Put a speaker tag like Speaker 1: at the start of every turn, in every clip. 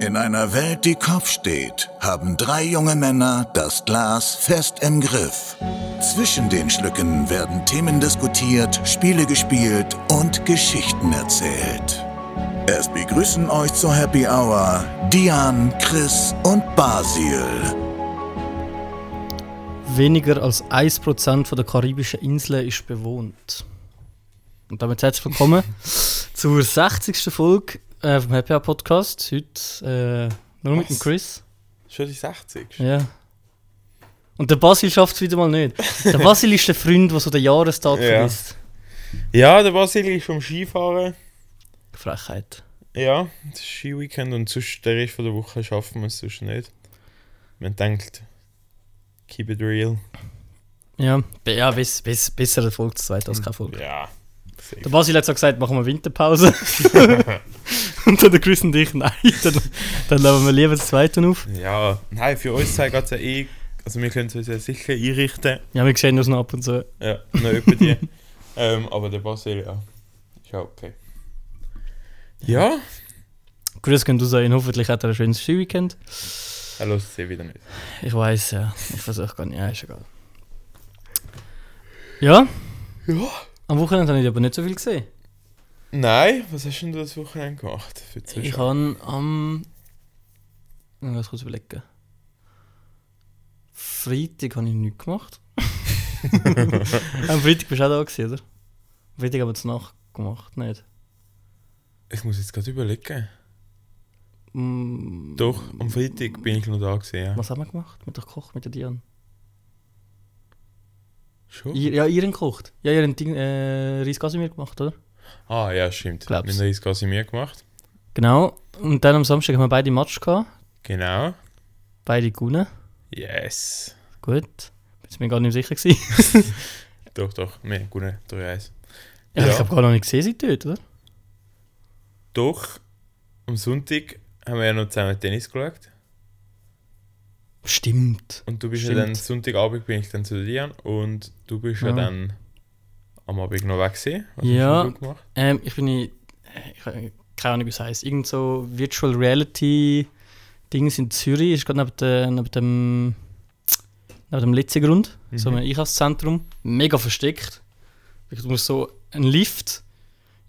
Speaker 1: In einer Welt, die Kopf steht, haben drei junge Männer das Glas fest im Griff. Zwischen den Schlücken werden Themen diskutiert, Spiele gespielt und Geschichten erzählt. Es begrüßen euch zur Happy Hour Dian, Chris und Basil.
Speaker 2: Weniger als 1% von der karibischen Inseln ist bewohnt. Und damit herzlich willkommen zur 60. Folge äh, vom Happy Hour Podcast. Heute äh, nur mit dem
Speaker 3: Was?
Speaker 2: Chris.
Speaker 3: Schon die 60.
Speaker 2: Ja. Und der Basil schafft es wieder mal nicht. Der Basil ist der Freund, der so den Jahrestag
Speaker 3: Ja.
Speaker 2: vermisst.
Speaker 3: Ja, der Basil ist vom Skifahren.
Speaker 2: Frechheit.
Speaker 3: Ja, das ist Skiweekend und sonst der Rest von der Woche schaffen wir es sonst nicht. Man denkt, keep it real.
Speaker 2: Ja, be- ja bis, bis, besser Erfolg zu zweit
Speaker 3: Hm.
Speaker 2: als keine Folge.
Speaker 3: Ja.
Speaker 2: Der Basil hat so gesagt, machen wir Winterpause. und dann der Chris und ich, nein, dann, dann lassen wir lieber das zweite auf.
Speaker 3: Ja, nein, für uns zwei geht es ja eh. Also, wir können es uns ja sicher einrichten.
Speaker 2: Ja, wir sehen uns noch ab und zu.
Speaker 3: Ja, noch über die. ähm, aber der Basil, ja. Ist ja okay. Ja,
Speaker 2: Grüß gehen du sein, hoffentlich hat er ein schönes Skiweekend.
Speaker 3: er lässt es eh wieder nicht.
Speaker 2: Ich weiß ja, ich versuche gar nicht, ja, ist egal. Ja,
Speaker 3: Ja.
Speaker 2: am Wochenende habe ich aber nicht so viel gesehen.
Speaker 3: Nein, was hast denn du das Wochenende gemacht? Für die
Speaker 2: Ich
Speaker 3: Zuschauer?
Speaker 2: habe am. Ich muss kurz überlegen. Freitag habe ich nichts gemacht. am Freitag bist du auch da, gewesen, oder? Am Freitag haben wir es Nacht gemacht, nicht?
Speaker 3: ich muss jetzt gerade überlegen.
Speaker 2: Mm,
Speaker 3: Doch, am Freitag bin ich noch da gewesen, ja.
Speaker 2: Was haben wir gemacht? Mit der Koch, mit der Diane?
Speaker 3: Schon?
Speaker 2: Ihr- Ja, ihren gekocht. Ja, ihren Ding, äh, Reis Casimir gemacht, oder?
Speaker 3: Ah, ja, stimmt.
Speaker 2: Glaub's.
Speaker 3: Wir haben das quasi mir gemacht.
Speaker 2: Genau. Und dann am Samstag haben wir beide Match gehabt.
Speaker 3: Genau.
Speaker 2: Beide gewonnen.
Speaker 3: Yes.
Speaker 2: Gut. Bin mir gar nicht mehr sicher gewesen.
Speaker 3: Doch, doch. Wir haben gewonnen. 3-1.
Speaker 2: Ja.
Speaker 3: Ja.
Speaker 2: Ich habe gar noch nicht gesehen seit dort, oder?
Speaker 3: Doch, am Sonntag haben wir ja noch zusammen Tennis geschaut.
Speaker 2: Stimmt.
Speaker 3: Und du bist ja
Speaker 2: Stimmt.
Speaker 3: dann, Sonntagabend bin ich dann zu dir und du bist ja,
Speaker 2: Ja.
Speaker 3: dann am Abend noch weg gewesen. Was hast
Speaker 2: Ja.
Speaker 3: denn du gemacht?
Speaker 2: Ähm, ich bin in. Ich, äh, keine Ahnung, wie es heisst. Irgend so Virtual Reality Dings in Zürich. Ist gerade neben, der, neben dem. Neben dem letzten Grund. So
Speaker 3: Mhm.
Speaker 2: ein Einkaufszentrum. Mega versteckt. Du musst so einen Lift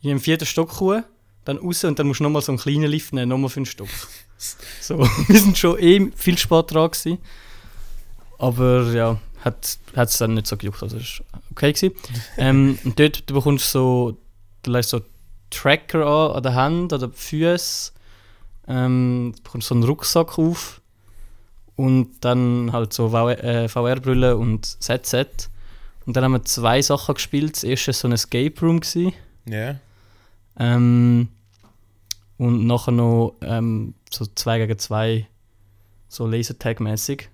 Speaker 2: in einem vierten Stock kommen, dann raus und dann musst du nochmal so einen kleinen Lift nehmen, nochmal fünf Stock. So, wir sind schon eh viel spät dran gewesen. Aber ja, hat es dann nicht so gejuckt, also ist okay gewesen. Ähm, und dort du bekommst so, du lässt so Tracker an, an der Hand, an den Füßen. Ähm, du bekommst so einen Rucksack auf und dann halt so VR-Brille und ZZ. Und dann haben wir zwei Sachen gespielt. Das erste war so ein Escape Room. Gewesen.
Speaker 3: Ja.
Speaker 2: Ähm, und nachher noch ähm, so 2 gegen 2, so Lasertag-mäßig.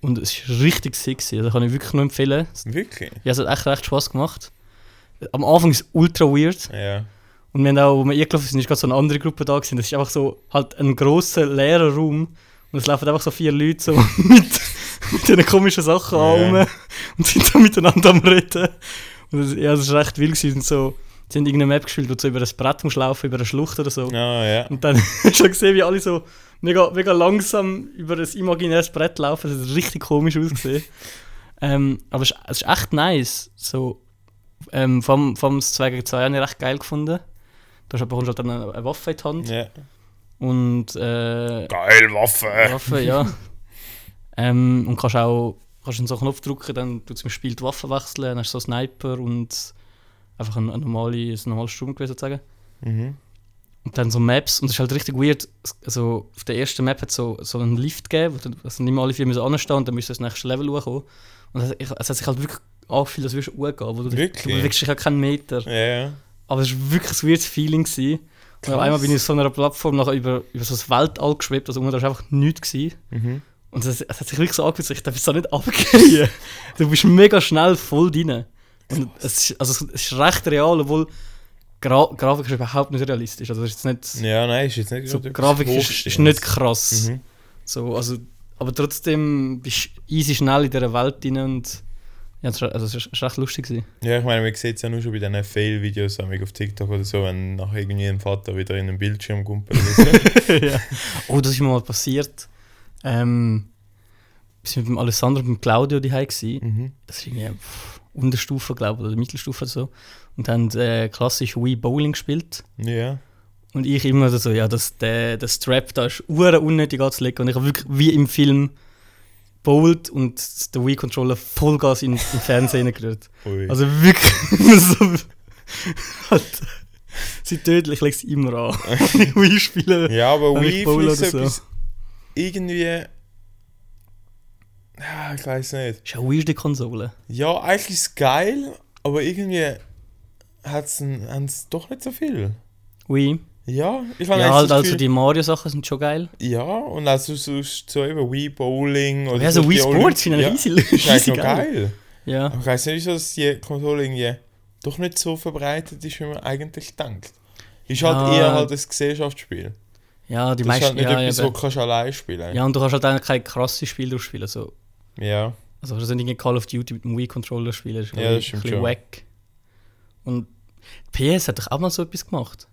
Speaker 2: Und es war richtig sick. gewesen. Also kann ich wirklich nur empfehlen.
Speaker 3: Wirklich?
Speaker 2: Ja, es hat echt recht Spaß gemacht. Am Anfang ist es ultra weird.
Speaker 3: Ja.
Speaker 2: Und wir haben auch, wo wir eingelaufen sind, ist gerade so eine andere Gruppe da gewesen. Das ist einfach so halt ein grosser leerer Raum. Und es laufen einfach so vier Leute so mit, mit diesen komischen Sachen an
Speaker 3: Ja.
Speaker 2: rum und sind da miteinander am Reden. Und das, ja, das war recht wild. Gewesen. Und so, sie haben irgendeine Map gespielt, wo du so über ein Brett musst laufen, über eine Schlucht oder so.
Speaker 3: Ah, ja.
Speaker 2: Und dann hast du schon gesehen, wie alle so mega, mega langsam über ein imaginäres Brett laufen. Das hat richtig komisch ausgesehen. ähm, aber es, es ist echt nice. So, ähm, vom, vom 2 gegen 2 habe ich recht geil gefunden. Da hast- bekommst du halt dann eine, eine Waffe in die Hand.
Speaker 3: ja.
Speaker 2: Und äh,
Speaker 3: Geil, Waffe!
Speaker 2: Waffe, ja. ähm, und kannst auch kannst dann so einen Knopf drücken, dann tut zum Spiel die Waffe wechseln, dann hast du so einen Sniper und einfach ein, ein normales, ein normales Sturmgewehr sozusagen.
Speaker 3: Mhm.
Speaker 2: Und dann so Maps, und es ist halt richtig weird. Also auf der ersten Map hat es so, so einen Lift gegeben, wo dann also nicht mehr alle vier müssen anstehen und dann müssen wir ins nächste Level hochkommen. Und es, ich, es hat sich halt wirklich angefühlt, als würdest du hochgehen, wo du, dich- du
Speaker 3: Wirklich?
Speaker 2: bewegst dich ja keinen Meter.
Speaker 3: Ja, ja.
Speaker 2: Aber es war wirklich ein weirdes Feeling. Gewesen. Und auf
Speaker 3: Krass.
Speaker 2: einmal bin ich auf so einer Plattform nachher über, über so das Weltall geschwebt, also unten da war einfach nichts. Gewesen.
Speaker 3: Mhm.
Speaker 2: Und es, es hat sich wirklich so angefühlt, ich darf jetzt da nicht abgehen. du bist mega schnell voll drin. Und es ist, also es ist recht real, obwohl Gra Grafik ist überhaupt nicht realistisch. Also es ist jetzt nicht
Speaker 3: Ja, nein, ist jetzt nicht
Speaker 2: so,
Speaker 3: gerade etwas
Speaker 2: Grafik ist, ist nicht
Speaker 3: Hochstehendes.
Speaker 2: krass.
Speaker 3: Mhm.
Speaker 2: So, also, aber trotzdem bist du easy schnell in dieser Welt drin und Ja, das war- also, es war recht lustig. Gewesen.
Speaker 3: Ja, ich meine, man sieht es ja nur schon bei diesen Fail-Videos am Weg auf TikTok oder so, wenn nachher irgendwie ein Vater wieder in den Bildschirm kommt. oder so.
Speaker 2: ja. Oh, das ist mir mal passiert. Ähm, wir sind mit dem Alessandro und dem Claudio die gsi.
Speaker 3: mhm.
Speaker 2: Das ist irgendwie pff, Unterstufe, glaube ich, oder Mittelstufe oder so. Und haben äh, klassisch Wii Bowling gespielt.
Speaker 3: Ja.
Speaker 2: Und ich immer so, ja, das, der, der Strap da ist uren unnötig anzulegen. Und ich habe wirklich wie im Film bowlt und den Wii-Controller Vollgas in, im Fernsehen gerührt.
Speaker 3: Ui.
Speaker 2: Also wirklich so. Alter. Sie tödlich, ich lege sie immer an. Wenn ich Wii spiele.
Speaker 3: ja, aber
Speaker 2: wenn also ich
Speaker 3: Wii
Speaker 2: baue
Speaker 3: finde ich so
Speaker 2: oder so.
Speaker 3: etwas irgendwie. Ah, ich weiß nicht.
Speaker 2: Ist ja Wii ist die Konsole.
Speaker 3: Ja, eigentlich ist es geil, aber irgendwie hat's ein- haben's doch nicht so viel.
Speaker 2: Wii.
Speaker 3: Ja, ich fand
Speaker 2: Ja,
Speaker 3: eigentlich
Speaker 2: halt,
Speaker 3: das
Speaker 2: also
Speaker 3: Gefühl-
Speaker 2: die Mario-Sachen sind schon geil.
Speaker 3: Ja, und also sonst so eben Wii Bowling oder
Speaker 2: Ja, so
Speaker 3: die
Speaker 2: Wii Sports
Speaker 3: Olympi-
Speaker 2: finde ich riesig-
Speaker 3: Das ist eigentlich
Speaker 2: riesig
Speaker 3: noch
Speaker 2: geil.
Speaker 3: geil.
Speaker 2: Ja.
Speaker 3: Aber ich weiß nicht, wieso dass die Konsole irgendwie doch nicht so verbreitet ist, wie man eigentlich denkt. Ist halt
Speaker 2: Ja.
Speaker 3: eher halt ein Gesellschaftsspiel.
Speaker 2: Ja, die
Speaker 3: Das ist halt
Speaker 2: meisten.
Speaker 3: nicht
Speaker 2: Ja,
Speaker 3: etwas,
Speaker 2: eben.
Speaker 3: wo kannst du allein spielen
Speaker 2: ja, und du kannst halt eigentlich kein krasses Spiel durchspielen. So.
Speaker 3: Ja.
Speaker 2: Also kannst du nicht irgendwie Call of Duty mit dem Wii-Controller spielen. Das ist
Speaker 3: Ja,
Speaker 2: ein
Speaker 3: das stimmt
Speaker 2: bisschen
Speaker 3: schon.
Speaker 2: wack. Und die PS hat doch auch mal so etwas gemacht.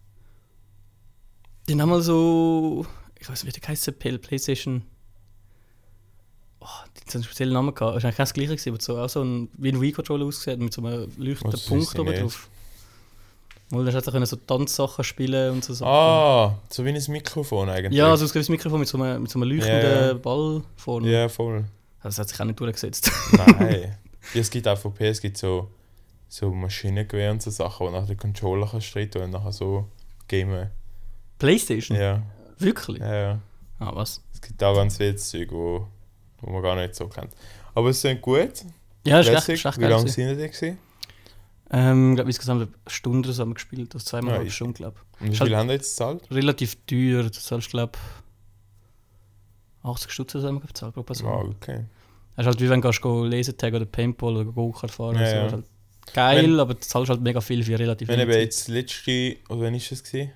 Speaker 2: Den haben mal so. Ich weiß nicht, wie der heißt, PlayStation. Oh, die hat einen speziellen Namen gehabt. Ist eigentlich nicht das gleiche, gewesen, aber so, auch so ein, wie ein Wii-Controller ausgesehen mit so einem leuchtenden
Speaker 3: Was ist
Speaker 2: Punkt
Speaker 3: denn
Speaker 2: oben
Speaker 3: jetzt?
Speaker 2: drauf. Mal, dann hat er können so Tanzsachen spielen und so Sachen.
Speaker 3: Ah, so wie ein Mikrofon eigentlich.
Speaker 2: Ja, also es gibt ein Mikrofon mit so einem, mit so einem leuchtenden
Speaker 3: Ja, ja.
Speaker 2: Ball vorne. Also,
Speaker 3: ja voll.
Speaker 2: Das hat sich auch nicht durchgesetzt.
Speaker 3: Nein. ja, es gibt auch von PS gibt so, so Maschinengewehr und so Sachen, wo nachher den Controller kannst du und nachher so gamen.
Speaker 2: Playstation?
Speaker 3: Ja,
Speaker 2: Wirklich?
Speaker 3: ja, ja.
Speaker 2: Ah, was?
Speaker 3: Es gibt auch ganz viele Zeug, wo, wo man gar nicht so kennt. Aber es sind gut.
Speaker 2: Ja, das ist
Speaker 3: lässig.
Speaker 2: echt, ist echt
Speaker 3: Wie
Speaker 2: geil.
Speaker 3: lange
Speaker 2: gewesen.
Speaker 3: sind die gewesen?
Speaker 2: Ähm, ich glaube, insgesamt eine Stunde oder so haben wir gespielt, das zweimal
Speaker 3: Ja,
Speaker 2: eine
Speaker 3: ich-
Speaker 2: Stunde, glaube
Speaker 3: Und wie
Speaker 2: Schalt-
Speaker 3: viel haben die jetzt gezahlt?
Speaker 2: ich. Relativ teuer, das zahlst glaube 80 Stutz oder so haben wir bezahlt pro Person.
Speaker 3: Ah, okay.
Speaker 2: Das ist halt wie wenn du gehst go Lasertag oder Paintball oder Go-Kart fahren.
Speaker 3: Ja,
Speaker 2: und so. Das
Speaker 3: ja.
Speaker 2: ist halt geil,
Speaker 3: Wenn-
Speaker 2: aber du zahlst halt mega viel für relativ
Speaker 3: Wenn eben
Speaker 2: wenig Zeit.
Speaker 3: jetzt das letzte, oder wann ist es gewesen?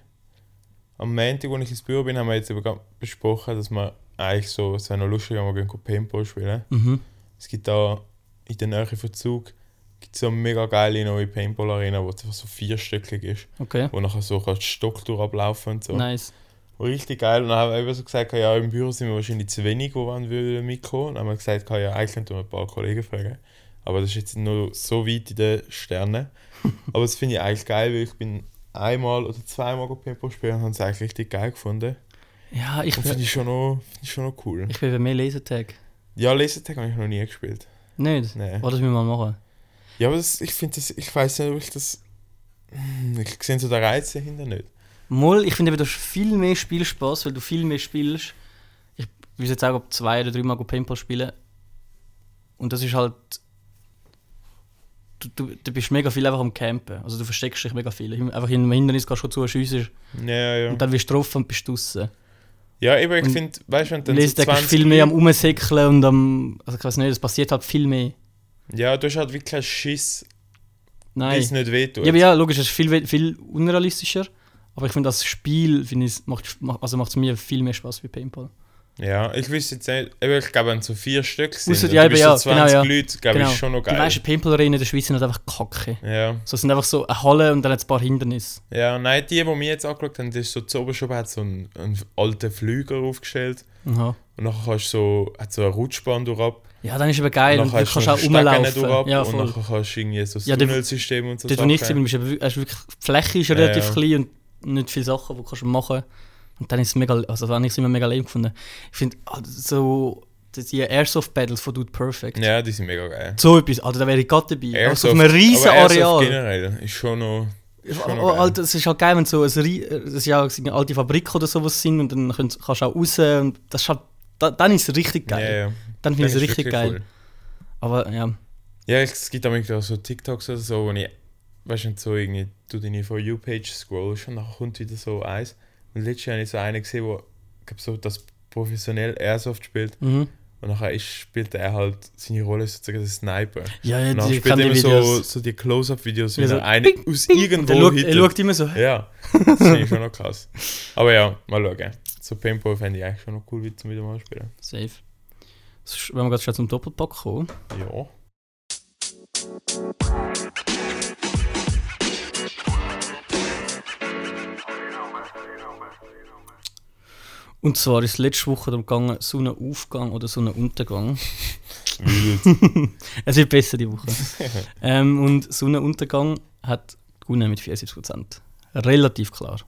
Speaker 3: Am Montag, als ich ins Büro bin, haben wir jetzt eben gerade besprochen, dass wir eigentlich so, es wäre noch lustig, wenn wir gehen Paintball spielen.
Speaker 2: Mhm.
Speaker 3: Es gibt da in der Nähe von Zug gibt's so eine mega geile neue Paintball-Arena, wo es einfach so vierstöckig ist,
Speaker 2: Okay,
Speaker 3: wo nachher so kannst du Stock durch ablaufen und so.
Speaker 2: nice.
Speaker 3: Richtig geil. Und dann haben wir eben so gesagt, ja, im Büro sind wir wahrscheinlich zu wenig, wo wir würden mitkommen. Und dann haben wir gesagt, ja, eigentlich könnten wir ein paar Kollegen fragen. Aber das ist jetzt nur so weit in den Sternen. Aber das finde ich eigentlich geil, weil ich bin einmal oder zweimal Paintball spielen und habe es eigentlich richtig geil gefunden.
Speaker 2: Ja, ich,
Speaker 3: Und finde ich, schon noch- finde ich schon noch cool.
Speaker 2: ich bin bei mehr Lasertag.
Speaker 3: Ja, Lasertag habe ich noch nie gespielt.
Speaker 2: Nicht?
Speaker 3: Nee.
Speaker 2: Oh, das müssen wir mal machen.
Speaker 3: Ja, aber das, ich finde das, ich weiß nicht, ob ich das. Hm, Ich sehe so den Reiz dahinter nicht.
Speaker 2: Moll, ich finde, eben, du hast viel mehr Spielspaß, weil du viel mehr spielst. Ich will jetzt auch ob zwei oder dreimal Paintball spielen. Und das ist halt. Du, du, du bist mega viel einfach am Campen. Also du versteckst dich mega viel. Einfach in einem Hindernis gehst du zu, schiessest
Speaker 3: Ja, ja.
Speaker 2: und dann wirst du getroffen und bist draußen.
Speaker 3: Ja, eben,
Speaker 2: Und
Speaker 3: ich finde, weißt du, wenn du
Speaker 2: Dann
Speaker 3: dann so
Speaker 2: Lest, so
Speaker 3: 20
Speaker 2: viel mehr am Umsäckeln und am. Also ich weiß nicht, es passiert halt viel mehr.
Speaker 3: Ja, du hast halt wirklich keinen Schiss, weil
Speaker 2: Nein.
Speaker 3: es nicht wehtut.
Speaker 2: Ja, aber ja, logisch, es ist viel, we- viel unrealistischer. Aber ich finde, das Spiel finde ich, macht es also macht's mir viel mehr Spaß wie Paintball.
Speaker 3: Ja, ich wüsste jetzt nicht, eben, ich glaube, wenn so vier Stück sind,
Speaker 2: Ausser
Speaker 3: und
Speaker 2: die
Speaker 3: du bist
Speaker 2: halbe,
Speaker 3: so
Speaker 2: ja,
Speaker 3: 20
Speaker 2: genau, ja.
Speaker 3: Leute, glaube ich, ist schon noch
Speaker 2: Die
Speaker 3: geil.
Speaker 2: meisten Pimpelerinnen in der Schweiz sind halt einfach kacke.
Speaker 3: Ja,
Speaker 2: So es sind einfach so eine Halle und dann hat es ein paar Hindernisse.
Speaker 3: ja, nein, die, die wir jetzt angeschaut haben, das ist so zu oben schon, hat so einen, einen alten Flüger aufgestellt
Speaker 2: Aha.
Speaker 3: und nachher kannst du so, hat so eine Rutschbahn durchab,
Speaker 2: Ja, dann ist eben geil und
Speaker 3: nachher
Speaker 2: du
Speaker 3: hast du
Speaker 2: kannst
Speaker 3: noch
Speaker 2: auch
Speaker 3: Stecken durchab
Speaker 2: rumlaufen. Ja,
Speaker 3: und
Speaker 2: voll.
Speaker 3: nachher kannst du irgendwie so das
Speaker 2: Ja, dort-
Speaker 3: Tunnelsystem und so
Speaker 2: Dort, wo ich war, bist du eben wir- hast wirklich, die Fläche ist relativ
Speaker 3: Ja, ja.
Speaker 2: klein und nicht viele Sachen, die kannst du machen Und dann ist es mega, also das habe ich immer mega lame gefunden. Ich finde, ah, so die Airsoft-Battles von Dude Perfect.
Speaker 3: Ja, die sind mega geil.
Speaker 2: So etwas, also da wäre ich gerade dabei. Airsoft, also auf
Speaker 3: Airsoft-
Speaker 2: einem riesen
Speaker 3: aber Airsoft
Speaker 2: Areal.
Speaker 3: generell ist schon noch... ist schon noch
Speaker 2: Aber
Speaker 3: geil.
Speaker 2: Alter, es ist halt geil, wenn so ein, Rie- es ist ja auch eine alte Fabrik oder sowas sind und dann könnt- kannst du auch raus und das ist halt, da, dann ist es richtig geil.
Speaker 3: Ja, ja.
Speaker 2: Dann finde ich
Speaker 3: Das
Speaker 2: es
Speaker 3: ist
Speaker 2: richtig
Speaker 3: wirklich
Speaker 2: geil.
Speaker 3: cool.
Speaker 2: Aber ja,
Speaker 3: Ja, es gibt damit auch so TikToks oder so, wo ich, weißt du, so irgendwie, du deine For You-Page scrollst und dann kommt wieder so eins. Und letztes Jahr habe ich so einen gesehen, wo, glaub, so das professionell Airsoft spielt
Speaker 2: mhm.
Speaker 3: und nachher ist, spielt er halt seine Rolle sozusagen als Sniper.
Speaker 2: ja,
Speaker 3: Und
Speaker 2: ja
Speaker 3: dann
Speaker 2: die, ich
Speaker 3: Genau, spielt
Speaker 2: kann
Speaker 3: er
Speaker 2: die
Speaker 3: immer so,
Speaker 2: Videos.
Speaker 3: so die Close-Up-Videos,
Speaker 2: Ja,
Speaker 3: wenn
Speaker 2: so
Speaker 3: er einen aus
Speaker 2: Und er
Speaker 3: irgendwo
Speaker 2: schaut, er
Speaker 3: hittet.
Speaker 2: schaut immer so.
Speaker 3: Ja, das finde ich schon noch krass. Aber ja, mal schauen. So Paintball fände ich eigentlich schon noch cool, wie zum wieder mal spielen.
Speaker 2: Safe. Sonst, Wenn wir gerade schon zum Doppelpack kommen.
Speaker 3: Ja.
Speaker 2: Und zwar ist letzte Woche darum gegangen, Sonnenaufgang oder Sonnenuntergang.
Speaker 3: Wild.
Speaker 2: Es wird besser die Woche. ähm, und Sonnenuntergang hat gewonnen mit 74%. Relativ klar.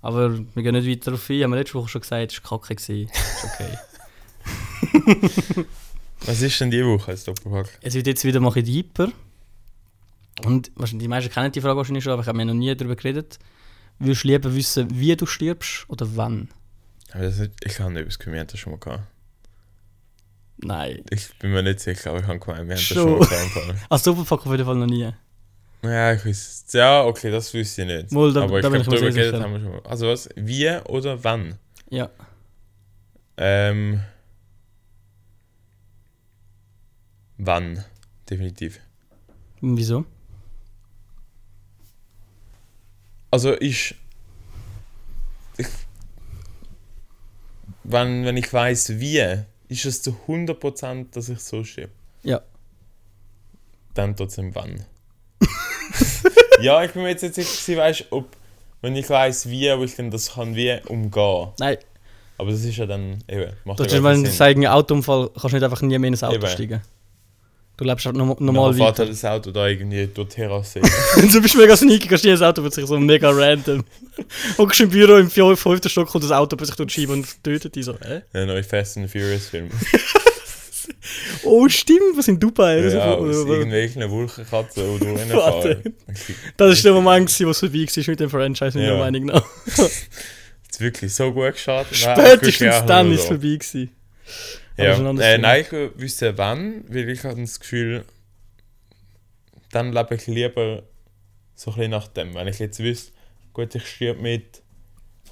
Speaker 2: Aber wir gehen nicht weiter darauf ein. Haben wir letzte Woche schon gesagt, es war kacke. gewesen. Ist okay.
Speaker 3: Was ist denn die Woche als Doppelpack?
Speaker 2: es wird jetzt wieder mal ein bisschen deeper. Und wahrscheinlich, die meisten kennen die Frage wahrscheinlich schon, aber ich habe mir noch nie darüber geredet. Würdest du lieber wissen, wie du stirbst oder wann?
Speaker 3: Aber das nicht, ich habe nicht etwas gemeint, das schon mal gehabt.
Speaker 2: Nein.
Speaker 3: Ich bin mir nicht sicher, aber ich habe gemeint, wir haben das
Speaker 2: Schon.
Speaker 3: schon mal gehabt. im Fall.
Speaker 2: Als Doppelpack auf jeden Fall noch nie.
Speaker 3: Ja, ich weiß. Ja, okay, das wüsste ich nicht.
Speaker 2: Wohl, da-
Speaker 3: aber ich
Speaker 2: da bin
Speaker 3: glaube,
Speaker 2: ich mir
Speaker 3: darüber
Speaker 2: sehr
Speaker 3: geredet
Speaker 2: sicher.
Speaker 3: haben wir schon mal. Also was? Wie oder wann?
Speaker 2: Ja.
Speaker 3: Ähm. Wann? Definitiv.
Speaker 2: Wieso?
Speaker 3: Also ich. ich wenn, wenn ich weiß wie, ist es zu 100%, dass ich so schiebe.
Speaker 2: Ja.
Speaker 3: Dann trotzdem wann. ja, ich bin mir jetzt nicht sicher, weißt, ob. Wenn ich weiß wie, ob ich dann das kann wie umgehen.
Speaker 2: Nein.
Speaker 3: Aber das ist ja dann eben. Macht
Speaker 2: Das
Speaker 3: ja
Speaker 2: ist, wenn
Speaker 3: gar keinen
Speaker 2: du
Speaker 3: Sinn.
Speaker 2: sagst, ein Autounfall kannst du nicht einfach nie mehr in ein Auto
Speaker 3: Eben.
Speaker 2: steigen. Du lebst halt norm-
Speaker 3: Dann
Speaker 2: normal
Speaker 3: fährt
Speaker 2: weiter.
Speaker 3: halt das Auto da irgendwie durch die Terrasse.
Speaker 2: du bist mega sneaky, gehst nie ins Auto, plötzlich so mega random. Hockst im Büro im fün- fünften Stock, kommt das Auto plötzlich durch die Scheibe und tötet dich so. Hä?
Speaker 3: Der neue Fast and Furious Film.
Speaker 2: Oh, stimmt, was in Dubai? oder so.
Speaker 3: ja, aus
Speaker 2: Oder- oder-
Speaker 3: irgendwelchen Wulchenkatze, die
Speaker 2: Warte.
Speaker 3: reinfahren.
Speaker 2: Das war der Moment, gewesen, wo es vorbei war mit dem Franchise, meiner
Speaker 3: Ja.
Speaker 2: Meinung nach.
Speaker 3: Jetzt wirklich so gut geschaut. Nein, wirklich
Speaker 2: Spätestens
Speaker 3: auch
Speaker 2: dann
Speaker 3: nur
Speaker 2: ist es
Speaker 3: so.
Speaker 2: vorbei. Gewesen. Aber das ist ein
Speaker 3: Ja.
Speaker 2: anderes
Speaker 3: Äh,
Speaker 2: Thema.
Speaker 3: nein, ich wüsste wann, weil ich habe das Gefühl, dann lebe ich lieber so ein bisschen nach dem. Wenn ich jetzt wüsste, gut, ich stirb mit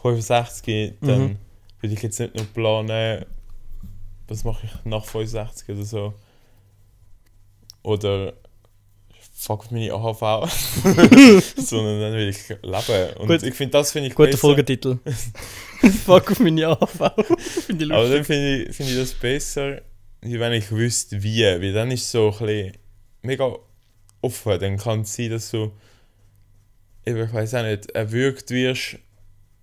Speaker 3: 65, dann
Speaker 2: Mhm.
Speaker 3: würde ich jetzt nicht nur planen, was mache ich nach 65 oder so. Oder fuck meine AHV, sondern dann will ich leben. Und
Speaker 2: Gut.
Speaker 3: ich finde, das finde ich
Speaker 2: Guter
Speaker 3: besser.
Speaker 2: Folgetitel. Fuck auf meine AV. Finde ich
Speaker 3: Aber
Speaker 2: lustig.
Speaker 3: dann finde ich, find ich das besser, wie wenn ich wüsste, wie. Weil dann ist es so ein bisschen mega offen. Dann kann es sein, dass du, eben, ich weiß auch nicht, erwürgt wirst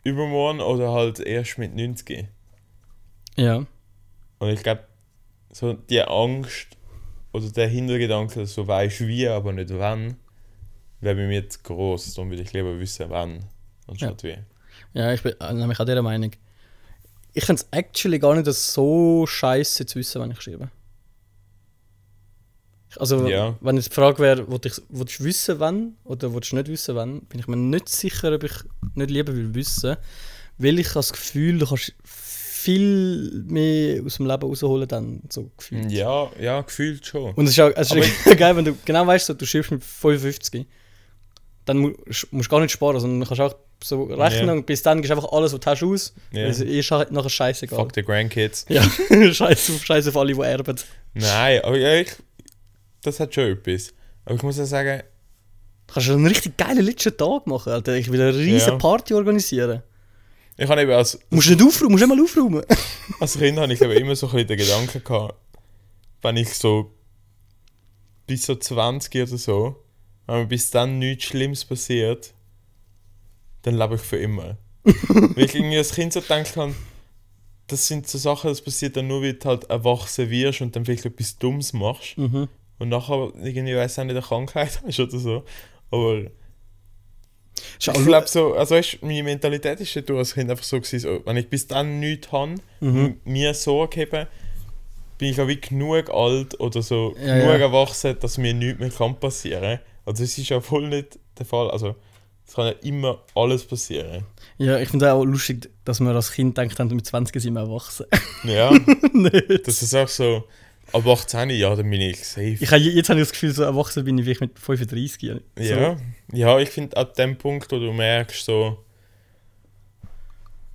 Speaker 3: übermorgen oder halt erst mit 90.
Speaker 2: Ja.
Speaker 3: Und ich glaube, so die Angst oder der Hintergedanke, dass du weißt, wie, aber nicht wann, wäre bei mir zu groß. Darum würde ich lieber wissen, wann, anstatt wie.
Speaker 2: Ja, ich bin äh, nämlich auch dieser Meinung. Ich finde es actually gar nicht so scheiße zu wissen, wenn ich schreibe. Ich- Also,
Speaker 3: Ja.
Speaker 2: wenn jetzt die Frage wäre, willst du wissen, wann oder willst du nicht wissen, wann, bin ich mir nicht sicher, ob ich nicht lieber will wissen. Weil ich habe das Gefühl, du kannst viel mehr aus dem Leben rausholen, dann so Gefühl.
Speaker 3: Ja, ja, gefühlt schon.
Speaker 2: Und es ist auch es ist geil, wenn du genau weißt, so, du schiebst mit 55, dann mu- sch- musst du gar nicht sparen, sondern du kannst auch so rechnen
Speaker 3: Ja.
Speaker 2: und bis dann gehst du einfach alles, was du hast, aus.
Speaker 3: Ja.
Speaker 2: Also ist halt nachher scheißegal.
Speaker 3: Fuck the grandkids.
Speaker 2: Ja, scheiß auf, scheiß auf alle, die erben.
Speaker 3: Nein, aber ja, ich, das hat schon etwas. Aber ich muss ja sagen,
Speaker 2: Du kannst einen richtig geilen letzten Tag machen, Alter. Ich will eine riesen
Speaker 3: Ja.
Speaker 2: Party organisieren.
Speaker 3: ich habe eben als,
Speaker 2: Du musst nicht aufräumen, musst nicht mal aufräumen.
Speaker 3: als Kind habe ich eben immer so ein bisschen den Gedanken gehabt, wenn ich so bis so 20 oder so, wenn mir bis dann nichts Schlimmes passiert, dann lebe ich für immer. Weil ich irgendwie als Kind so gedacht habe, das sind so Sachen, das passiert dann nur, weil du halt erwachsen wirst und dann vielleicht etwas Dummes machst. Und nachher irgendwie, weiß auch nicht, eine Krankheit hast oder so. Aber
Speaker 2: Ist auch
Speaker 3: Ich
Speaker 2: lu-
Speaker 3: glaube so, also weißt, meine Mentalität ist ja du als Kind einfach so gewesen, so, wenn ich bis dann nichts habe,
Speaker 2: Mhm.
Speaker 3: m- mir Sorge habe, bin ich auch wie genug alt oder so
Speaker 2: Ja,
Speaker 3: genug
Speaker 2: ja.
Speaker 3: erwachsen, dass mir nichts mehr kann passieren. Also es ist ja voll nicht der Fall, also es kann ja immer alles passieren.
Speaker 2: Ja, ich finde auch lustig, dass man als Kind denkt, mit 20 sind wir erwachsen.
Speaker 3: Ja,
Speaker 2: Nicht.
Speaker 3: das ist auch so, ab 18, ja, dann bin ich safe.
Speaker 2: Ich, hab- jetzt habe ich das Gefühl, so erwachsen bin ich vielleicht mit 35. So.
Speaker 3: Ja, ja ich finde ab dem Punkt, wo du merkst, so.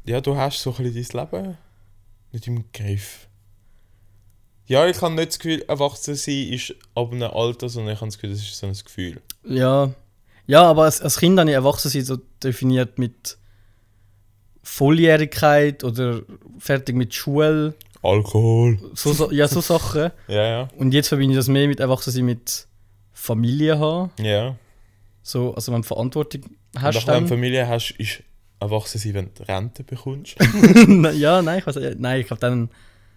Speaker 3: Ja, du hast so ein bisschen dein Leben nicht im Griff. Ja, ich habe nicht das Gefühl, erwachsen sein ist ab einem Alter, sondern ich habe das Gefühl, das ist so ein Gefühl.
Speaker 2: Ja. Ja, aber als, als Kind habe ich Erwachsensein so definiert mit Volljährigkeit oder fertig mit Schule,
Speaker 3: Alkohol.
Speaker 2: so, so, ja, so Sachen.
Speaker 3: Ja, ja.
Speaker 2: Und jetzt verbinde ich das mehr mit Erwachsensein mit Familie haben.
Speaker 3: Ja.
Speaker 2: So, also wenn du Verantwortung
Speaker 3: Und
Speaker 2: hast,
Speaker 3: auch wenn du
Speaker 2: dann...
Speaker 3: Familie hast, ist erwachsen sein, wenn du Rente bekommst.
Speaker 2: Na, ja, nein, ich weiß äh, Nein, ich glaube, dann,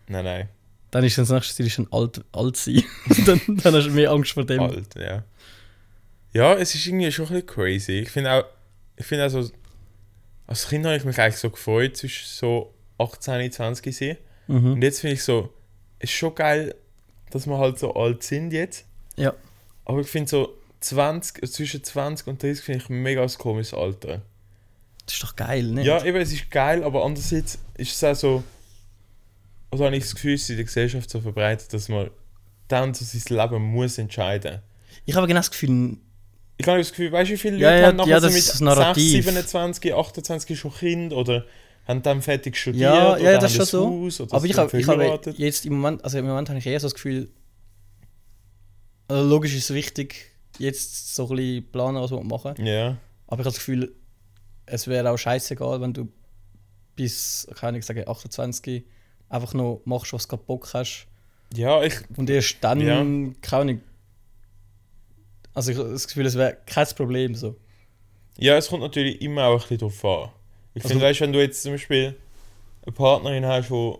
Speaker 3: nein, nein.
Speaker 2: dann ist das nächste Ziel ist dann alt, alt sein. dann, dann hast du mehr Angst vor dem.
Speaker 3: Alt, Halt, ja. Ja, es ist irgendwie schon ein bisschen crazy. Ich finde auch, ich finde auch so, als Kind habe ich mich eigentlich so gefreut, zwischen so 18 und 20 sein. Und jetzt finde ich so, es ist schon geil, dass wir halt so alt sind jetzt.
Speaker 2: Ja.
Speaker 3: Aber ich finde so 20, zwischen 20 und 30 finde ich mega ein komisches Alter.
Speaker 2: Das ist doch geil, ne?
Speaker 3: Ja, eben, es ist geil, aber andererseits ist es auch so, also habe ich das Gefühl, es ist in der Gesellschaft so verbreitet, dass man dann so sein Leben muss entscheiden.
Speaker 2: Ich habe genau das Gefühl,
Speaker 3: Ich habe das Gefühl, weißt du, wie viele
Speaker 2: Ja,
Speaker 3: Leute
Speaker 2: ja,
Speaker 3: haben nachher
Speaker 2: ja,
Speaker 3: so
Speaker 2: das
Speaker 3: mit
Speaker 2: ist das Narrativ.
Speaker 3: 6, 27, 28 schon Kind oder haben dann fertig studiert
Speaker 2: ja,
Speaker 3: oder
Speaker 2: ja, das ist
Speaker 3: haben
Speaker 2: schon
Speaker 3: ein
Speaker 2: so.
Speaker 3: Haus oder
Speaker 2: aber
Speaker 3: sind
Speaker 2: ich habe, ich habe
Speaker 3: verheiratet.
Speaker 2: jetzt im Moment, also im Moment habe ich eher so das Gefühl, also logisch ist es wichtig, jetzt so ein bisschen planen, was wir machen.
Speaker 3: Ja,
Speaker 2: Aber ich habe das Gefühl, es wäre auch scheißegal, wenn du bis, keine Ahnung, ich sage 28 einfach noch machst, was du gerade Bock hast.
Speaker 3: ja, ich,
Speaker 2: Und erst dann,
Speaker 3: Ja.
Speaker 2: keine Ahnung. Also ich habe das Gefühl, es wäre kein Problem so.
Speaker 3: ja, es kommt natürlich immer auch ein bisschen drauf an. Ich
Speaker 2: Also-
Speaker 3: finde, weißt du, wenn du jetzt zum Beispiel eine Partnerin hast, die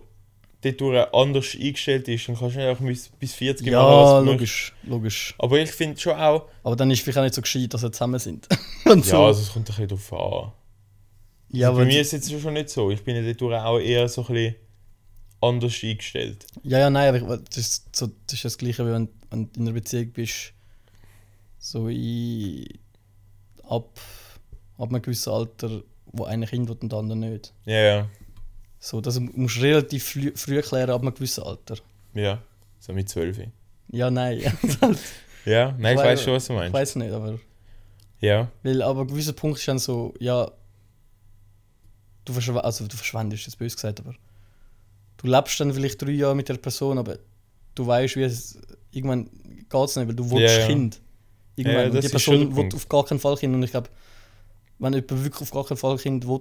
Speaker 3: dadurch anders eingestellt ist, dann kannst du nicht einfach bis, bis 40
Speaker 2: Ja,
Speaker 3: du möchtest.
Speaker 2: logisch, logisch.
Speaker 3: Aber ich finde schon auch,
Speaker 2: Aber dann ist vielleicht auch nicht so gescheit, dass sie zusammen sind. Und
Speaker 3: ja,
Speaker 2: so.
Speaker 3: also es kommt ein bisschen drauf an. Also
Speaker 2: ja,
Speaker 3: Bei
Speaker 2: aber
Speaker 3: mir ist es jetzt schon nicht so. Ich bin ja dadurch auch eher so ein bisschen anders eingestellt.
Speaker 2: ja, ja, nein, aber ich, das, ist so, das ist das Gleiche, wie wenn, wenn du in einer Beziehung bist, so in, ab, ab einem gewissen Alter, wo einer Kind wird und der andere nicht.
Speaker 3: Ja, ja.
Speaker 2: So, das musst du relativ früh, früh klären, ab einem gewissen Alter.
Speaker 3: Ja, so mit 12.
Speaker 2: Ja, nein,
Speaker 3: Ja, nein, ich
Speaker 2: Weil-
Speaker 3: weiß schon, was du
Speaker 2: ich
Speaker 3: meinst.
Speaker 2: weiß nicht, aber...
Speaker 3: Ja,
Speaker 2: Weil aber ein gewisser Punkt ist dann so, ja, du, verschw also, du verschwendest, jetzt böse gesagt, aber du lebst dann vielleicht drei Jahre mit der Person, aber du weißt, wie es irgendwann geht es nicht, weil du willst
Speaker 3: Ja, ja.
Speaker 2: Kind. Irgendwann.
Speaker 3: Ja,
Speaker 2: und
Speaker 3: das
Speaker 2: die
Speaker 3: ist schon der
Speaker 2: Person will
Speaker 3: Punkt.
Speaker 2: auf gar keinen Fall Kind. Und ich glaube, wenn jemand wirklich auf gar keinen Fall Kind will,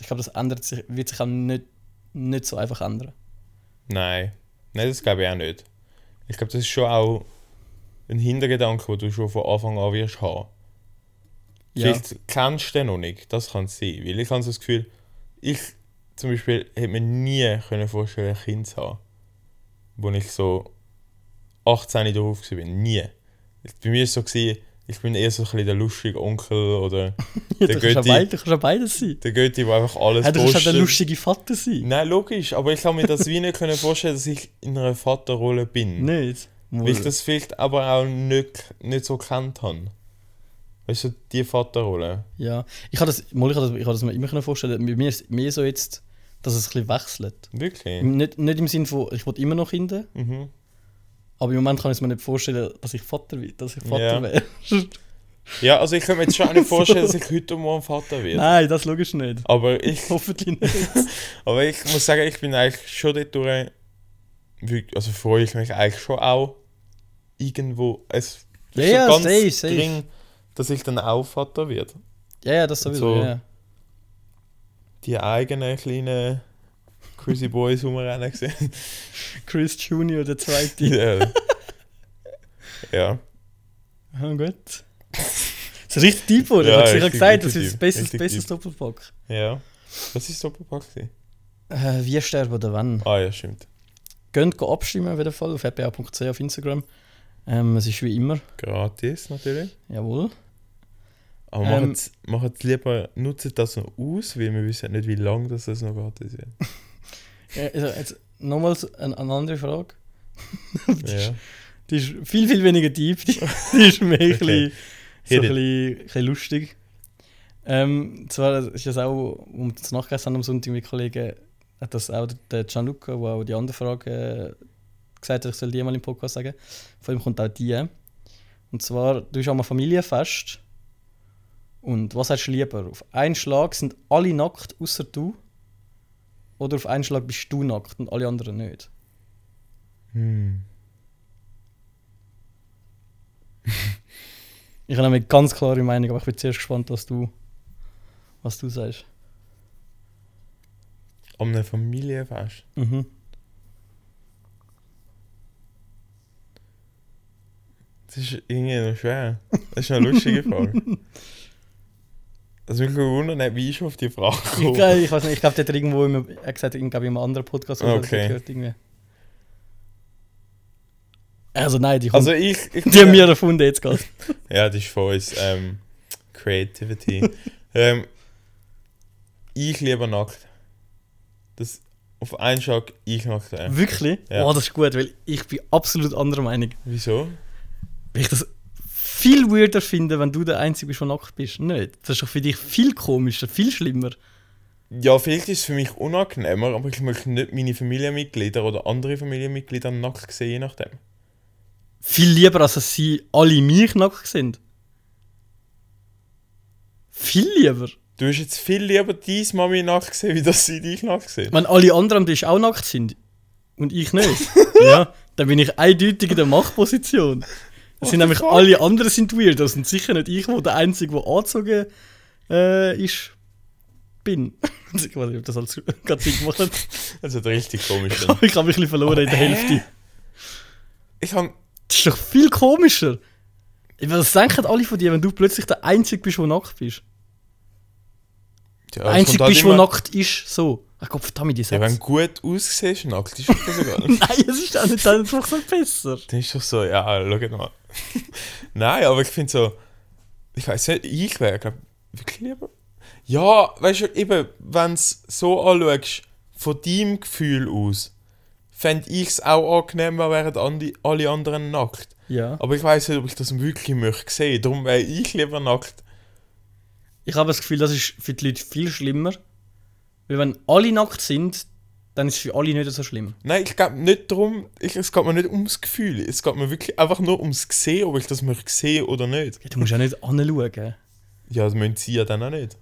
Speaker 2: ich glaube, das ändert sich, wird sich auch nicht, nicht so einfach ändern.
Speaker 3: nein. Nein, das glaube ich auch nicht. Ich glaube, das ist schon auch ein Hintergedanke, den du schon von Anfang an wirst haben.
Speaker 2: Ja,
Speaker 3: Vielleicht kennst du den noch nicht, das kann sein. Weil ich habe so das Gefühl, ich zum Beispiel hätte mir nie können vorstellen ein Kind zu haben, wo ich so 18 drauf gewesen bin. Nie. Bei mir war es so, gewesen, ich bin eher so ein bisschen der lustige Onkel oder
Speaker 2: ja du,
Speaker 3: der
Speaker 2: kannst ja
Speaker 3: Götti.
Speaker 2: beides, du kannst ja beides sein.
Speaker 3: der Götti, der einfach alles
Speaker 2: Ja, du kannst auch der
Speaker 3: postet.
Speaker 2: lustige Vater sein.
Speaker 3: Nein, logisch, aber ich kann mir das wie nicht können vorstellen, dass ich in einer Vaterrolle bin.
Speaker 2: Nicht?
Speaker 3: Weil ich das vielleicht aber auch nicht, nicht so kennt habe. Weißt du, die Vaterrolle.
Speaker 2: Ja, ich habe das, mal, ich habe das, ich habe das mir immer können vorstellen. Bei mir ist es mehr so jetzt, dass es ein bisschen wechselt.
Speaker 3: Wirklich?
Speaker 2: Nicht, nicht im Sinne von, ich will immer noch Kinder,
Speaker 3: Mhm.
Speaker 2: aber im Moment kann ich es mir nicht vorstellen, dass ich Vater will, dass ich
Speaker 3: Ja.
Speaker 2: Vater wäre.
Speaker 3: Ja, also ich könnte mir jetzt schon auch nicht vorstellen, dass ich heute morgen Vater werde.
Speaker 2: Nein, das logisch nicht.
Speaker 3: Aber ich,
Speaker 2: Hoffentlich nicht.
Speaker 3: aber ich muss sagen, ich bin eigentlich schon dort durch, wirk- also freue ich mich eigentlich schon auch irgendwo. Es
Speaker 2: Ja, ja, safe, safe.
Speaker 3: dass ich dann auch Vater werde.
Speaker 2: ja, ja, das sowieso.
Speaker 3: So.
Speaker 2: Ja.
Speaker 3: Die eigenen kleinen Crazy Boys rumrennen gesehen.
Speaker 2: Chris Junior, der zweite.
Speaker 3: Ja. äh, ja.
Speaker 2: ja, gut. Oh Das ist richtig deep, oder?
Speaker 3: Ja,
Speaker 2: ich habe
Speaker 3: richtig,
Speaker 2: gesagt, das
Speaker 3: richtig
Speaker 2: ist das
Speaker 3: deep.
Speaker 2: beste, das
Speaker 3: Richtig
Speaker 2: beste
Speaker 3: deep.
Speaker 2: Doppelpack.
Speaker 3: Ja. Was ist Doppelpack? gewesen?
Speaker 2: Äh, wie sterben oder wann?
Speaker 3: Ah ja, stimmt.
Speaker 2: Geht abstimmen auf jeden Fall auf fba.ch auf Instagram. Ähm, es ist wie immer,
Speaker 3: Gratis natürlich.
Speaker 2: jawohl.
Speaker 3: Aber
Speaker 2: Ähm,
Speaker 3: macht's macht's lieber, nutzt das noch aus, weil wir wissen nicht, wie lange das das noch gratis wird.
Speaker 2: Ja, also jetzt nochmals eine, eine andere Frage. die, ist,
Speaker 3: Ja.
Speaker 2: die ist viel, viel weniger deep. Die, die ist mehr ein bisschen, so ein
Speaker 3: Hit
Speaker 2: bisschen,
Speaker 3: it.
Speaker 2: ein bisschen lustig. Ähm, zwar ist das auch, um das nachgegessen haben am Sonntag mit Kollegen, hat das auch der- der Gianluca, der auch die andere Frage äh, gesagt hat, ich soll die mal im Podcast sagen. Von ihm kommt auch die. Und zwar, du bist einmal Familienfest. Und was hast du lieber? Auf einen Schlag sind alle nackt, außer du. Oder auf einen Schlag bist du nackt und alle anderen nicht.
Speaker 3: Hm.
Speaker 2: Ich habe eine ganz klare Meinung, aber ich bin zuerst gespannt, was du, was du sagst.
Speaker 3: An einer Familienfest.
Speaker 2: Mhm.
Speaker 3: Das Das ist irgendwie noch schwer. Das ist eine lustige Frage. Also mich wundern, nicht, wie ich auf die Frage
Speaker 2: Ich,
Speaker 3: gekommen
Speaker 2: glaub- ich weiß nicht, ich glaube, der hat irgendwo, immer, er hat gesagt, ich glaube, in einem anderen Podcast oder so, das
Speaker 3: Okay.
Speaker 2: gehört irgendwie. Also nein, die,
Speaker 3: Also
Speaker 2: kommt-
Speaker 3: ich... ich
Speaker 2: die haben wir erfunden jetzt gerade.
Speaker 3: Ja, das ist von uns ähm, Creativity. ähm, ich liebe nackt. Das auf einen Schlag ich nackt. Äh.
Speaker 2: Wirklich?
Speaker 3: Ja.
Speaker 2: Oh, das ist gut, weil ich bin absolut anderer Meinung.
Speaker 3: Wieso?
Speaker 2: Weil ich das viel weirder finde, wenn du der Einzige bist, der nackt bist. Nicht. Das ist doch für dich viel komischer, viel schlimmer.
Speaker 3: Ja, vielleicht ist es für mich unangenehmer, aber ich möchte nicht meine Familienmitglieder oder andere Familienmitglieder nackt sehen, je nachdem.
Speaker 2: Viel lieber, als dass sie alle mich nackt sind. Viel lieber.
Speaker 3: Du hast jetzt viel lieber deine Mami nackt gesehen, wie dass sie dich nackt sehen.
Speaker 2: Wenn alle anderen am Tisch auch nackt sind und ich nicht, ja, dann bin ich eindeutig in der Machtposition. Es sind nämlich alle anderen sind weird, das sind sicher nicht ich, wo der Einzige, der angezogen äh, ist, bin. ich weiß nicht, ob das alles gerade Sinn gemacht hat.
Speaker 3: Das ist richtig komisch.
Speaker 2: Ich habe mich ein bisschen verloren in der Hälfte.
Speaker 3: Ich habe
Speaker 2: Das ist doch viel komischer. Ich meine, das denken alle von dir, wenn du plötzlich der Einzige bist, der nackt bist.
Speaker 3: ja,
Speaker 2: Der
Speaker 3: es kommt
Speaker 2: Einzige
Speaker 3: halt
Speaker 2: bist, der
Speaker 3: immer-
Speaker 2: nackt ist, so. Ach Gott, verdammt, die
Speaker 3: Ja, wenn
Speaker 2: Sätze.
Speaker 3: du gut aussiehst, nackt ist das egal.
Speaker 2: Nein, es ist auch nicht, das macht es besser.
Speaker 3: Dann ist doch so, ja, schau mal. Nein, aber ich finde so, ich weiß nicht, ich wäre, glaube wirklich lieber. Ja, weißt du, eben, wenn du es so anschaust, von deinem Gefühl aus, fände ich es auch angenehm, wenn wären andi- alle anderen nackt.
Speaker 2: Ja.
Speaker 3: Aber ich weiß nicht, ob ich das wirklich möchte sehen. Darum wäre ich lieber nackt.
Speaker 2: Ich habe das Gefühl, das ist für die Leute viel schlimmer. Weil wenn alle nackt sind, dann ist es für alle nicht so schlimm.
Speaker 3: Nein, ich glaube nicht darum, ich, es geht mir nicht ums Gefühl. Es geht mir wirklich einfach nur ums Sehen, ob ich das möchte sehen oder nicht.
Speaker 2: Ja, du musst ja nicht anschauen.
Speaker 3: Ja, das müssen sie ja dann auch nicht.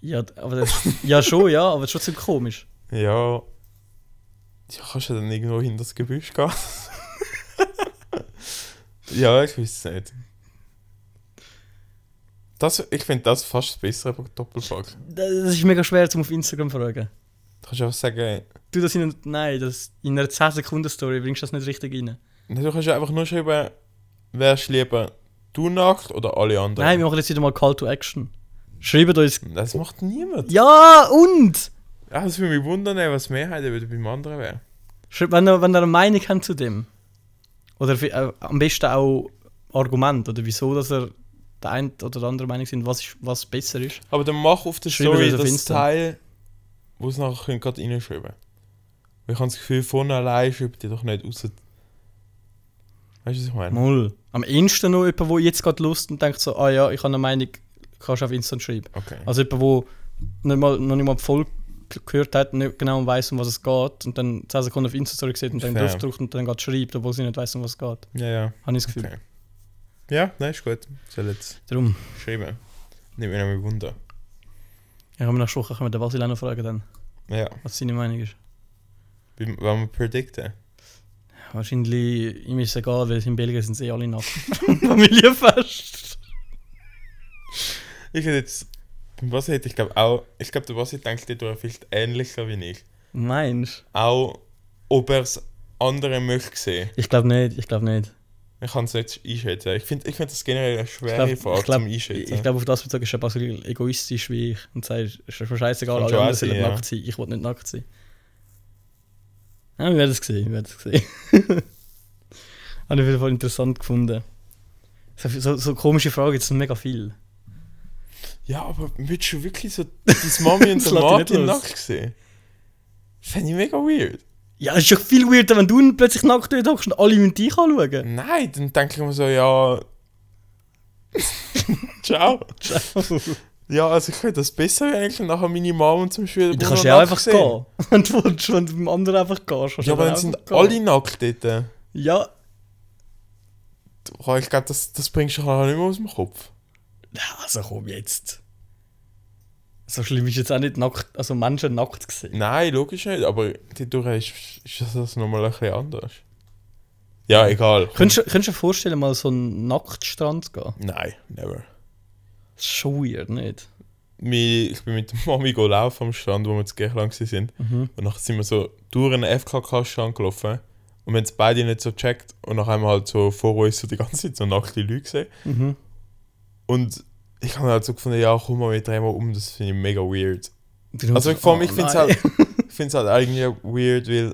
Speaker 2: Ja, d- aber das, ja, schon, ja, aber es ist trotzdem komisch.
Speaker 3: Ja. Ja, kannst du dann irgendwo hinter das Gebüsch gehen? ja, ich weiß es nicht. Das, ich finde das fast das bessere Doppelpack.
Speaker 2: Das ist mega schwer zum auf Instagram fragen.
Speaker 3: Du kannst einfach sagen,
Speaker 2: Du das in einer, nein, das, in einer 10-Sekunden-Story bringst du das nicht richtig rein.
Speaker 3: nein, du kannst ja einfach nur schreiben, wärst du lieber du nackt oder alle anderen.
Speaker 2: Nein, wir machen jetzt wieder mal Call to Action. Schreibt uns.
Speaker 3: das macht niemand.
Speaker 2: Ja, und!
Speaker 3: Ja, das würde mich wundern, was die Mehrheit wieder beim anderen wäre.
Speaker 2: Schreibt, wenn ihr, wenn ihr eine Meinung habt zu dem. Oder vi- äh, am besten auch Argument oder wieso, dass ihr der eine oder der andere Meinung sind, was, ist, was besser ist.
Speaker 3: Aber dann mach auf der
Speaker 2: Schreiben
Speaker 3: Story
Speaker 2: wir das auf
Speaker 3: das
Speaker 2: Insta.
Speaker 3: Teil, wo es nachher könnt gerade reinschreiben Weil ich habe das Gefühl, von allein schreibt ihr doch nicht raus. Weißt du, was ich meine?
Speaker 2: Moll. Am ehesten noch jemand, der jetzt gerade Lust und denkt so, ah ja, ich habe eine Meinung, kannst du auf Insta schreiben.
Speaker 3: Okay.
Speaker 2: Also jemand, der nicht mal, noch nicht mal die Folge gehört hat, nicht genau weiß, um was es geht und dann 10 Sekunden auf Insta zurück sieht und dann
Speaker 3: Fair.
Speaker 2: draufdrückt und dann gerade schreibt, obwohl sie nicht weiß, um was es geht. Habe
Speaker 3: Ja, ja.
Speaker 2: ich das Gefühl.
Speaker 3: Okay. Ja, nein, ist gut. Soll jetzt
Speaker 2: Darum,
Speaker 3: schreiben. Nicht mehr mit Wunder.
Speaker 2: ich habe nach Woche können wir den Basil auch noch fragen, dann,
Speaker 3: Ja,
Speaker 2: was seine Meinung ist.
Speaker 3: wie- wenn wir predikten.
Speaker 2: Wahrscheinlich, ihm ist es egal, weil in Belgien sind sie eh alle nackt. Familienfest.
Speaker 3: Ich hätte jetzt. Beim Basti hätte ich glaube auch. Ich glaube, der Basti denkt, der tut vielleicht ähnlicher wie ich.
Speaker 2: Meinst
Speaker 3: Auch, ob er es andere möchte sehen.
Speaker 2: Ich glaube nicht, ich glaube nicht.
Speaker 3: Ich kann es nicht einschätzen. Ich finde ich find das generell eine
Speaker 2: Ich
Speaker 3: schwere
Speaker 2: glaube,
Speaker 3: eh Frage
Speaker 2: ich glaub,
Speaker 3: zum
Speaker 2: ich
Speaker 3: Einschätzen.
Speaker 2: ich glaub, auf das bezogen ist der Basil egoistisch wie ich und sagt, es ist mir scheißegal,
Speaker 3: Kann
Speaker 2: alle
Speaker 3: schon
Speaker 2: anderen
Speaker 3: auch sein,
Speaker 2: sollen
Speaker 3: ja.
Speaker 2: nackt sein, ich will nicht nackt sein. Ja, wir werden es sehen, wir werden es sehen. Habe ich auf jeden Fall interessant gefunden. So, so, so komische Fragen, jetzt sind mega viel.
Speaker 3: ja, aber willst du wirklich so deine Mami und
Speaker 2: Das lässt dich
Speaker 3: den Martin
Speaker 2: nicht los.
Speaker 3: nackt sehen? Fände ich mega weird.
Speaker 2: Ja, es ist doch viel weirder, wenn du plötzlich nackt dort hockst und alle müssen dich anschauen.
Speaker 3: Nein, dann denke ich mir so, ja. Ciao.
Speaker 2: Ciao.
Speaker 3: Ja, also ich finde das besser, wenn ich nachher meine Mom und zum Schüler
Speaker 2: Ja, dann kannst du ja auch einfach gehen. Wenn du, willst, wenn du mit dem anderen einfach gehst. kannst du
Speaker 3: Ja, aber
Speaker 2: auch
Speaker 3: dann
Speaker 2: einfach
Speaker 3: sind
Speaker 2: gehen.
Speaker 3: alle nackt dort.
Speaker 2: Ja,
Speaker 3: Oh, ich glaube, das, das bringst du nachher nicht mehr aus dem Kopf.
Speaker 2: also komm jetzt. So schlimm ist jetzt auch nicht nackt, also Menschen nackt gesehen.
Speaker 3: Nein, logisch nicht, aber dadurch ist, ist das nochmal ein bisschen anders. Ja, egal.
Speaker 2: Könntest, du- könntest du dir vorstellen, mal so einen Nacktstrand zu gehen?
Speaker 3: Nein, never.
Speaker 2: Das ist schon weird, nicht?
Speaker 3: Mi- Ich bin mit der Mami go
Speaker 2: Mhm.
Speaker 3: laufen am Strand, wo wir zu Gehlang waren. Und nachher sind wir so durch einen FKK-Strand gelaufen. Und wenn es beide nicht so checkt und nachher haben wir halt so vor uns so die ganze Zeit so nackte Leute gesehen.
Speaker 2: Mhm.
Speaker 3: Und ich habe halt so gefunden, ja, komm mal, wir drehen mal um, das finde ich mega weird.
Speaker 2: Du-
Speaker 3: Also ich, vor allem,
Speaker 2: oh,
Speaker 3: ich finde es
Speaker 2: nein.
Speaker 3: halt, ich find's halt eigentlich auch weird, weil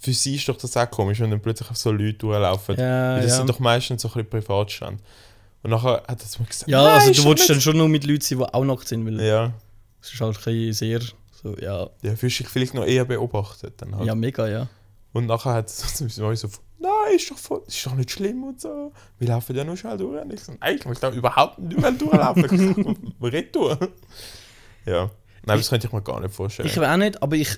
Speaker 3: für sie ist doch das auch komisch, wenn dann plötzlich auf so Leute durchlaufen.
Speaker 2: Ja,
Speaker 3: weil das
Speaker 2: ja.
Speaker 3: sind doch meistens so ein bisschen Privatstand. Und nachher hat das mal gesagt,
Speaker 2: Ja,
Speaker 3: «Nein,
Speaker 2: also
Speaker 3: ist
Speaker 2: du
Speaker 3: doch
Speaker 2: willst
Speaker 3: nicht-
Speaker 2: dann schon nur mit Leuten sein, die auch nackt sind, weil
Speaker 3: Ja,
Speaker 2: es ist halt ein bisschen sehr, so, ja,
Speaker 3: ja, fühlst dich vielleicht noch eher beobachtet. Dann halt.
Speaker 2: ja, mega, ja.
Speaker 3: Und nachher hat es so zum Beispiel mal so, nein, ist doch, voll, ist doch nicht schlimm und so. Wir laufen ja nur schnell durch. Und ich so, nein, ich möchte da überhaupt nicht mehr durchlaufen. Ich sag, "W- Red durch. Ja. Nein, das könnte ich mir gar nicht vorstellen.
Speaker 2: Ich will auch nicht, aber ich.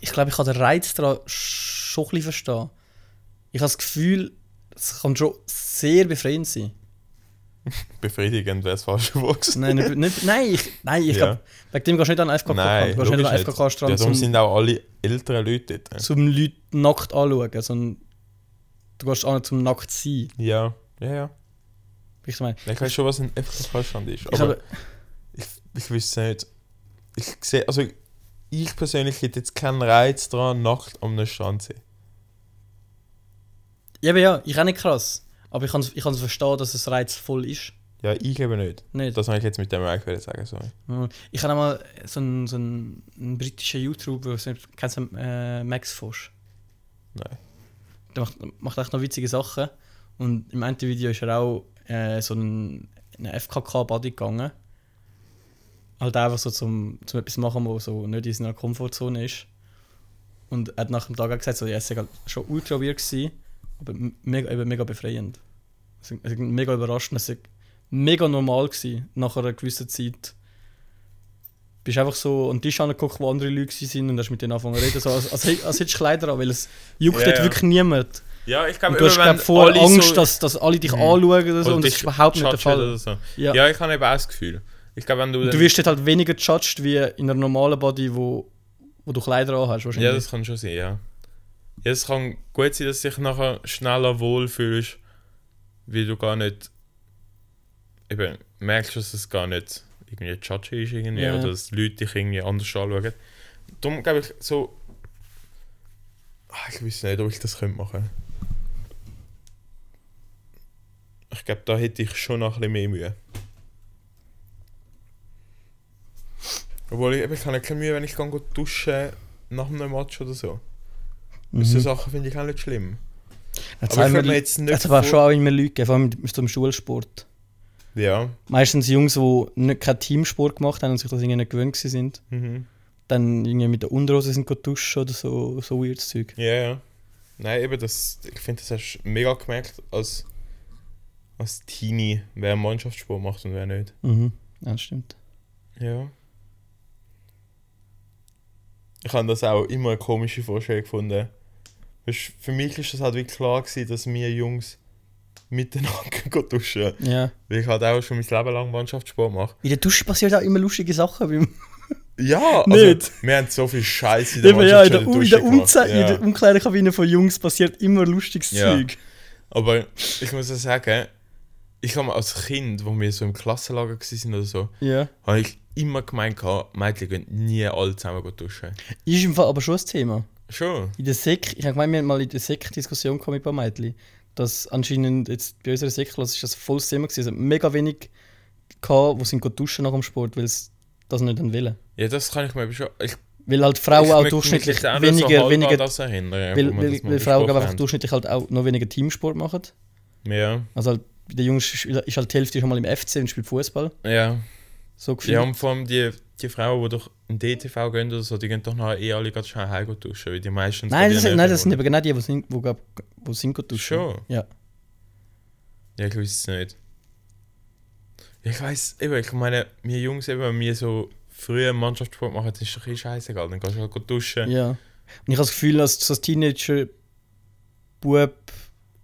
Speaker 2: Ich glaube, ich kann den Reiz daran schon ein bisschen verstehen. Ich habe das Gefühl, es kann schon sehr befreiend sein.
Speaker 3: Befriedigend wäre das falsche Wort gewesen.
Speaker 2: Nein, nicht, nicht, nein, ich, nein, ich
Speaker 3: Ja.
Speaker 2: glaube, wegen dem gehst du nicht an den FKK-Strand.
Speaker 3: Nein,
Speaker 2: Du gehst nicht an den
Speaker 3: logisch nicht. Ja,
Speaker 2: FKK-Strand,
Speaker 3: darum
Speaker 2: zum,
Speaker 3: sind auch alle älteren Leute dort.
Speaker 2: zum Leute nackt anschauen. sondern du gehst an zum nackt sein.
Speaker 3: Ja, ja, ja.
Speaker 2: Ich meine,
Speaker 3: Ich weiß schon, was ein FKK-Stand ist.
Speaker 2: ich
Speaker 3: aber
Speaker 2: habe,
Speaker 3: ich, ich weiß nicht. Ich sehe, also ich persönlich hätte jetzt keinen Reiz dran, nackt am Strand zu sein.
Speaker 2: eben ja, ich auch nicht krass. Aber ich kann es ich kann's verstehen, dass es reizvoll ist.
Speaker 3: Ja, ich eben nicht.
Speaker 2: Nicht?
Speaker 3: Das habe ich jetzt mit dem eigentlich wollen sagen, sorry.
Speaker 2: Ja. Ich habe einmal so einen, so einen, einen britischen YouTuber, so- kennst du äh, Max Fosch?
Speaker 3: Nein.
Speaker 2: Der macht, macht echt noch witzige Sachen. Und im einen Video ist er auch äh, so einen, einen FKK-Buddy gegangen. Halt einfach so zum, zum etwas machen, wo so nicht in seiner Komfortzone ist. Und er hat nach dem Tag auch gesagt, so, ja, es sei halt schon ultra weird gewesen, aber m- mega, eben mega befreiend. Es sei- es sei mega überraschend, es sei mega normal gewesen, nach einer gewissen Zeit bist einfach so an den Tisch angeguckt, wo andere Leute gewesen sind und hast mit denen angefangen zu reden, so, als, als, hätt- als hättest du Kleider an, weil es juckt
Speaker 3: Ja,
Speaker 2: dort
Speaker 3: ja.
Speaker 2: wirklich niemand.
Speaker 3: Ja, ich
Speaker 2: Und du hast glaub, vor Angst, dass, dass alle dich anschauen oder so, und das
Speaker 3: Hm. dich halt
Speaker 2: ist überhaupt nicht der
Speaker 3: judgen
Speaker 2: Fall.
Speaker 3: Oder so.
Speaker 2: Ja.
Speaker 3: ja. ich habe eben auch das Gefühl. Ich glaube, wenn du.
Speaker 2: Du
Speaker 3: dann-
Speaker 2: wirst dort halt weniger judged wie in einer normalen Body, wo, wo du Kleider an hast wahrscheinlich.
Speaker 3: ja, das kann schon sein, ja. ja. Es kann gut sein, dass du dich nachher schneller wohlfühlst, weil du gar nicht. Eben, merkst, dass es gar nicht irgendwie judgy ist irgendwie,
Speaker 2: Ja.
Speaker 3: oder dass die Leute dich irgendwie anders anschauen. Darum glaube ich so. Ah, Ich weiß nicht, ob ich das könnte machen Ich glaube, da hätte ich schon noch ein bisschen mehr Mühe. Obwohl ich, eben, ich habe keine Mühe, wenn ich gehe duschen nach einem Match oder so. Mhm. So Sachen finde ich auch nicht schlimm.
Speaker 2: Jetzt
Speaker 3: Aber ich
Speaker 2: haben wir,
Speaker 3: könnte mir jetzt nicht
Speaker 2: jetzt aber
Speaker 3: vor-
Speaker 2: schon auch immer Leute gegeben, vor allem mit- so im Schulsport.
Speaker 3: Ja.
Speaker 2: Meistens Jungs, die nicht, keinen Teamsport gemacht haben und sich das irgendwie nicht gewöhnt gewesen sind.
Speaker 3: Mhm.
Speaker 2: Dann irgendwie mit der Unterhose sind gegangen duschen oder so, so weirdes Zeug.
Speaker 3: Ja, ja. Nein, eben, das, ich finde, das hast du mega gemerkt als, als Teenie, wer Mannschaftssport macht und wer nicht.
Speaker 2: Mhm. Ja, das stimmt.
Speaker 3: Ja. Ich habe das auch immer eine komische Vorstellung gefunden. Weisst, Für mich ist das halt wie klar gewesen, dass wir Jungs miteinander gehen duschen.
Speaker 2: Ja.
Speaker 3: Weil ich halt auch schon mein Leben lang Mannschaftssport mache.
Speaker 2: In der Dusche passieren auch immer lustige Sachen. Beim
Speaker 3: Ja, also,
Speaker 2: Nicht.
Speaker 3: wir haben so viel Scheiße in der
Speaker 2: Eben, ja, in der,
Speaker 3: Mannschaft schon
Speaker 2: U- in
Speaker 3: Dusche
Speaker 2: der,
Speaker 3: gemacht.
Speaker 2: Umze in der
Speaker 3: ja.
Speaker 2: Umkleidekabine von Jungs passiert immer lustiges
Speaker 3: Ja.
Speaker 2: Zeug.
Speaker 3: Aber ich muss ja sagen, ich habe als Kind, wo wir so im Klassenlager waren oder so,
Speaker 2: Ja.
Speaker 3: habe ich immer gemeint, gehabt, Mädchen gehen nie alle zusammen gehen duschen.
Speaker 2: Ist im Fall aber schon ein Thema.
Speaker 3: Schon?
Speaker 2: In der Sek, ich habe gemeint, wir haben mal in der Sek-Diskussion gehabt mit ein paar Mädchen, dass anscheinend jetzt bei unserer Sek-Klasse ist das ein volles Thema gewesen. Es hat mega wenig gehabt, die sind go duschen nach dem Sport, weil sie das nicht wollen.
Speaker 3: Ja, das kann ich mir eben schon. Ich,
Speaker 2: Weil halt Frauen
Speaker 3: ich möchte
Speaker 2: auch
Speaker 3: mich
Speaker 2: durchschnittlich
Speaker 3: jetzt auch noch
Speaker 2: weniger,
Speaker 3: halb
Speaker 2: weniger
Speaker 3: an das erinnern,
Speaker 2: weil,
Speaker 3: wo wir
Speaker 2: weil,
Speaker 3: das mal
Speaker 2: weil Frauen glaub,
Speaker 3: besprochen
Speaker 2: einfach durchschnittlich halt auch noch weniger Teamsport machen.
Speaker 3: haben. Ja,
Speaker 2: Also halt, bei den Jungs ist ist halt die Hälfte schon mal im FC und spielt Fußball.
Speaker 3: ja.
Speaker 2: So gefühlt.
Speaker 3: Ja, und vor allem die, die Frauen, die durch den DTV gehen oder so, die gehen doch nachher eh alle ganz schnell heim gehen duschen, weil die meisten.
Speaker 2: Nein, das, nein, das sind eben genau die, die sind, wo, glaub, wo sind gut duschen.
Speaker 3: Schon?
Speaker 2: Ja.
Speaker 3: Ja, ich weiß es nicht. Ja, ich weiß, eben, ich meine, wir Jungs, eben, wenn wir so früher Mannschaftssport machen, das ist doch eh scheißegal. Dann kannst du halt gut duschen.
Speaker 2: ja. Und ich habe das Gefühl, dass das Teenager Bub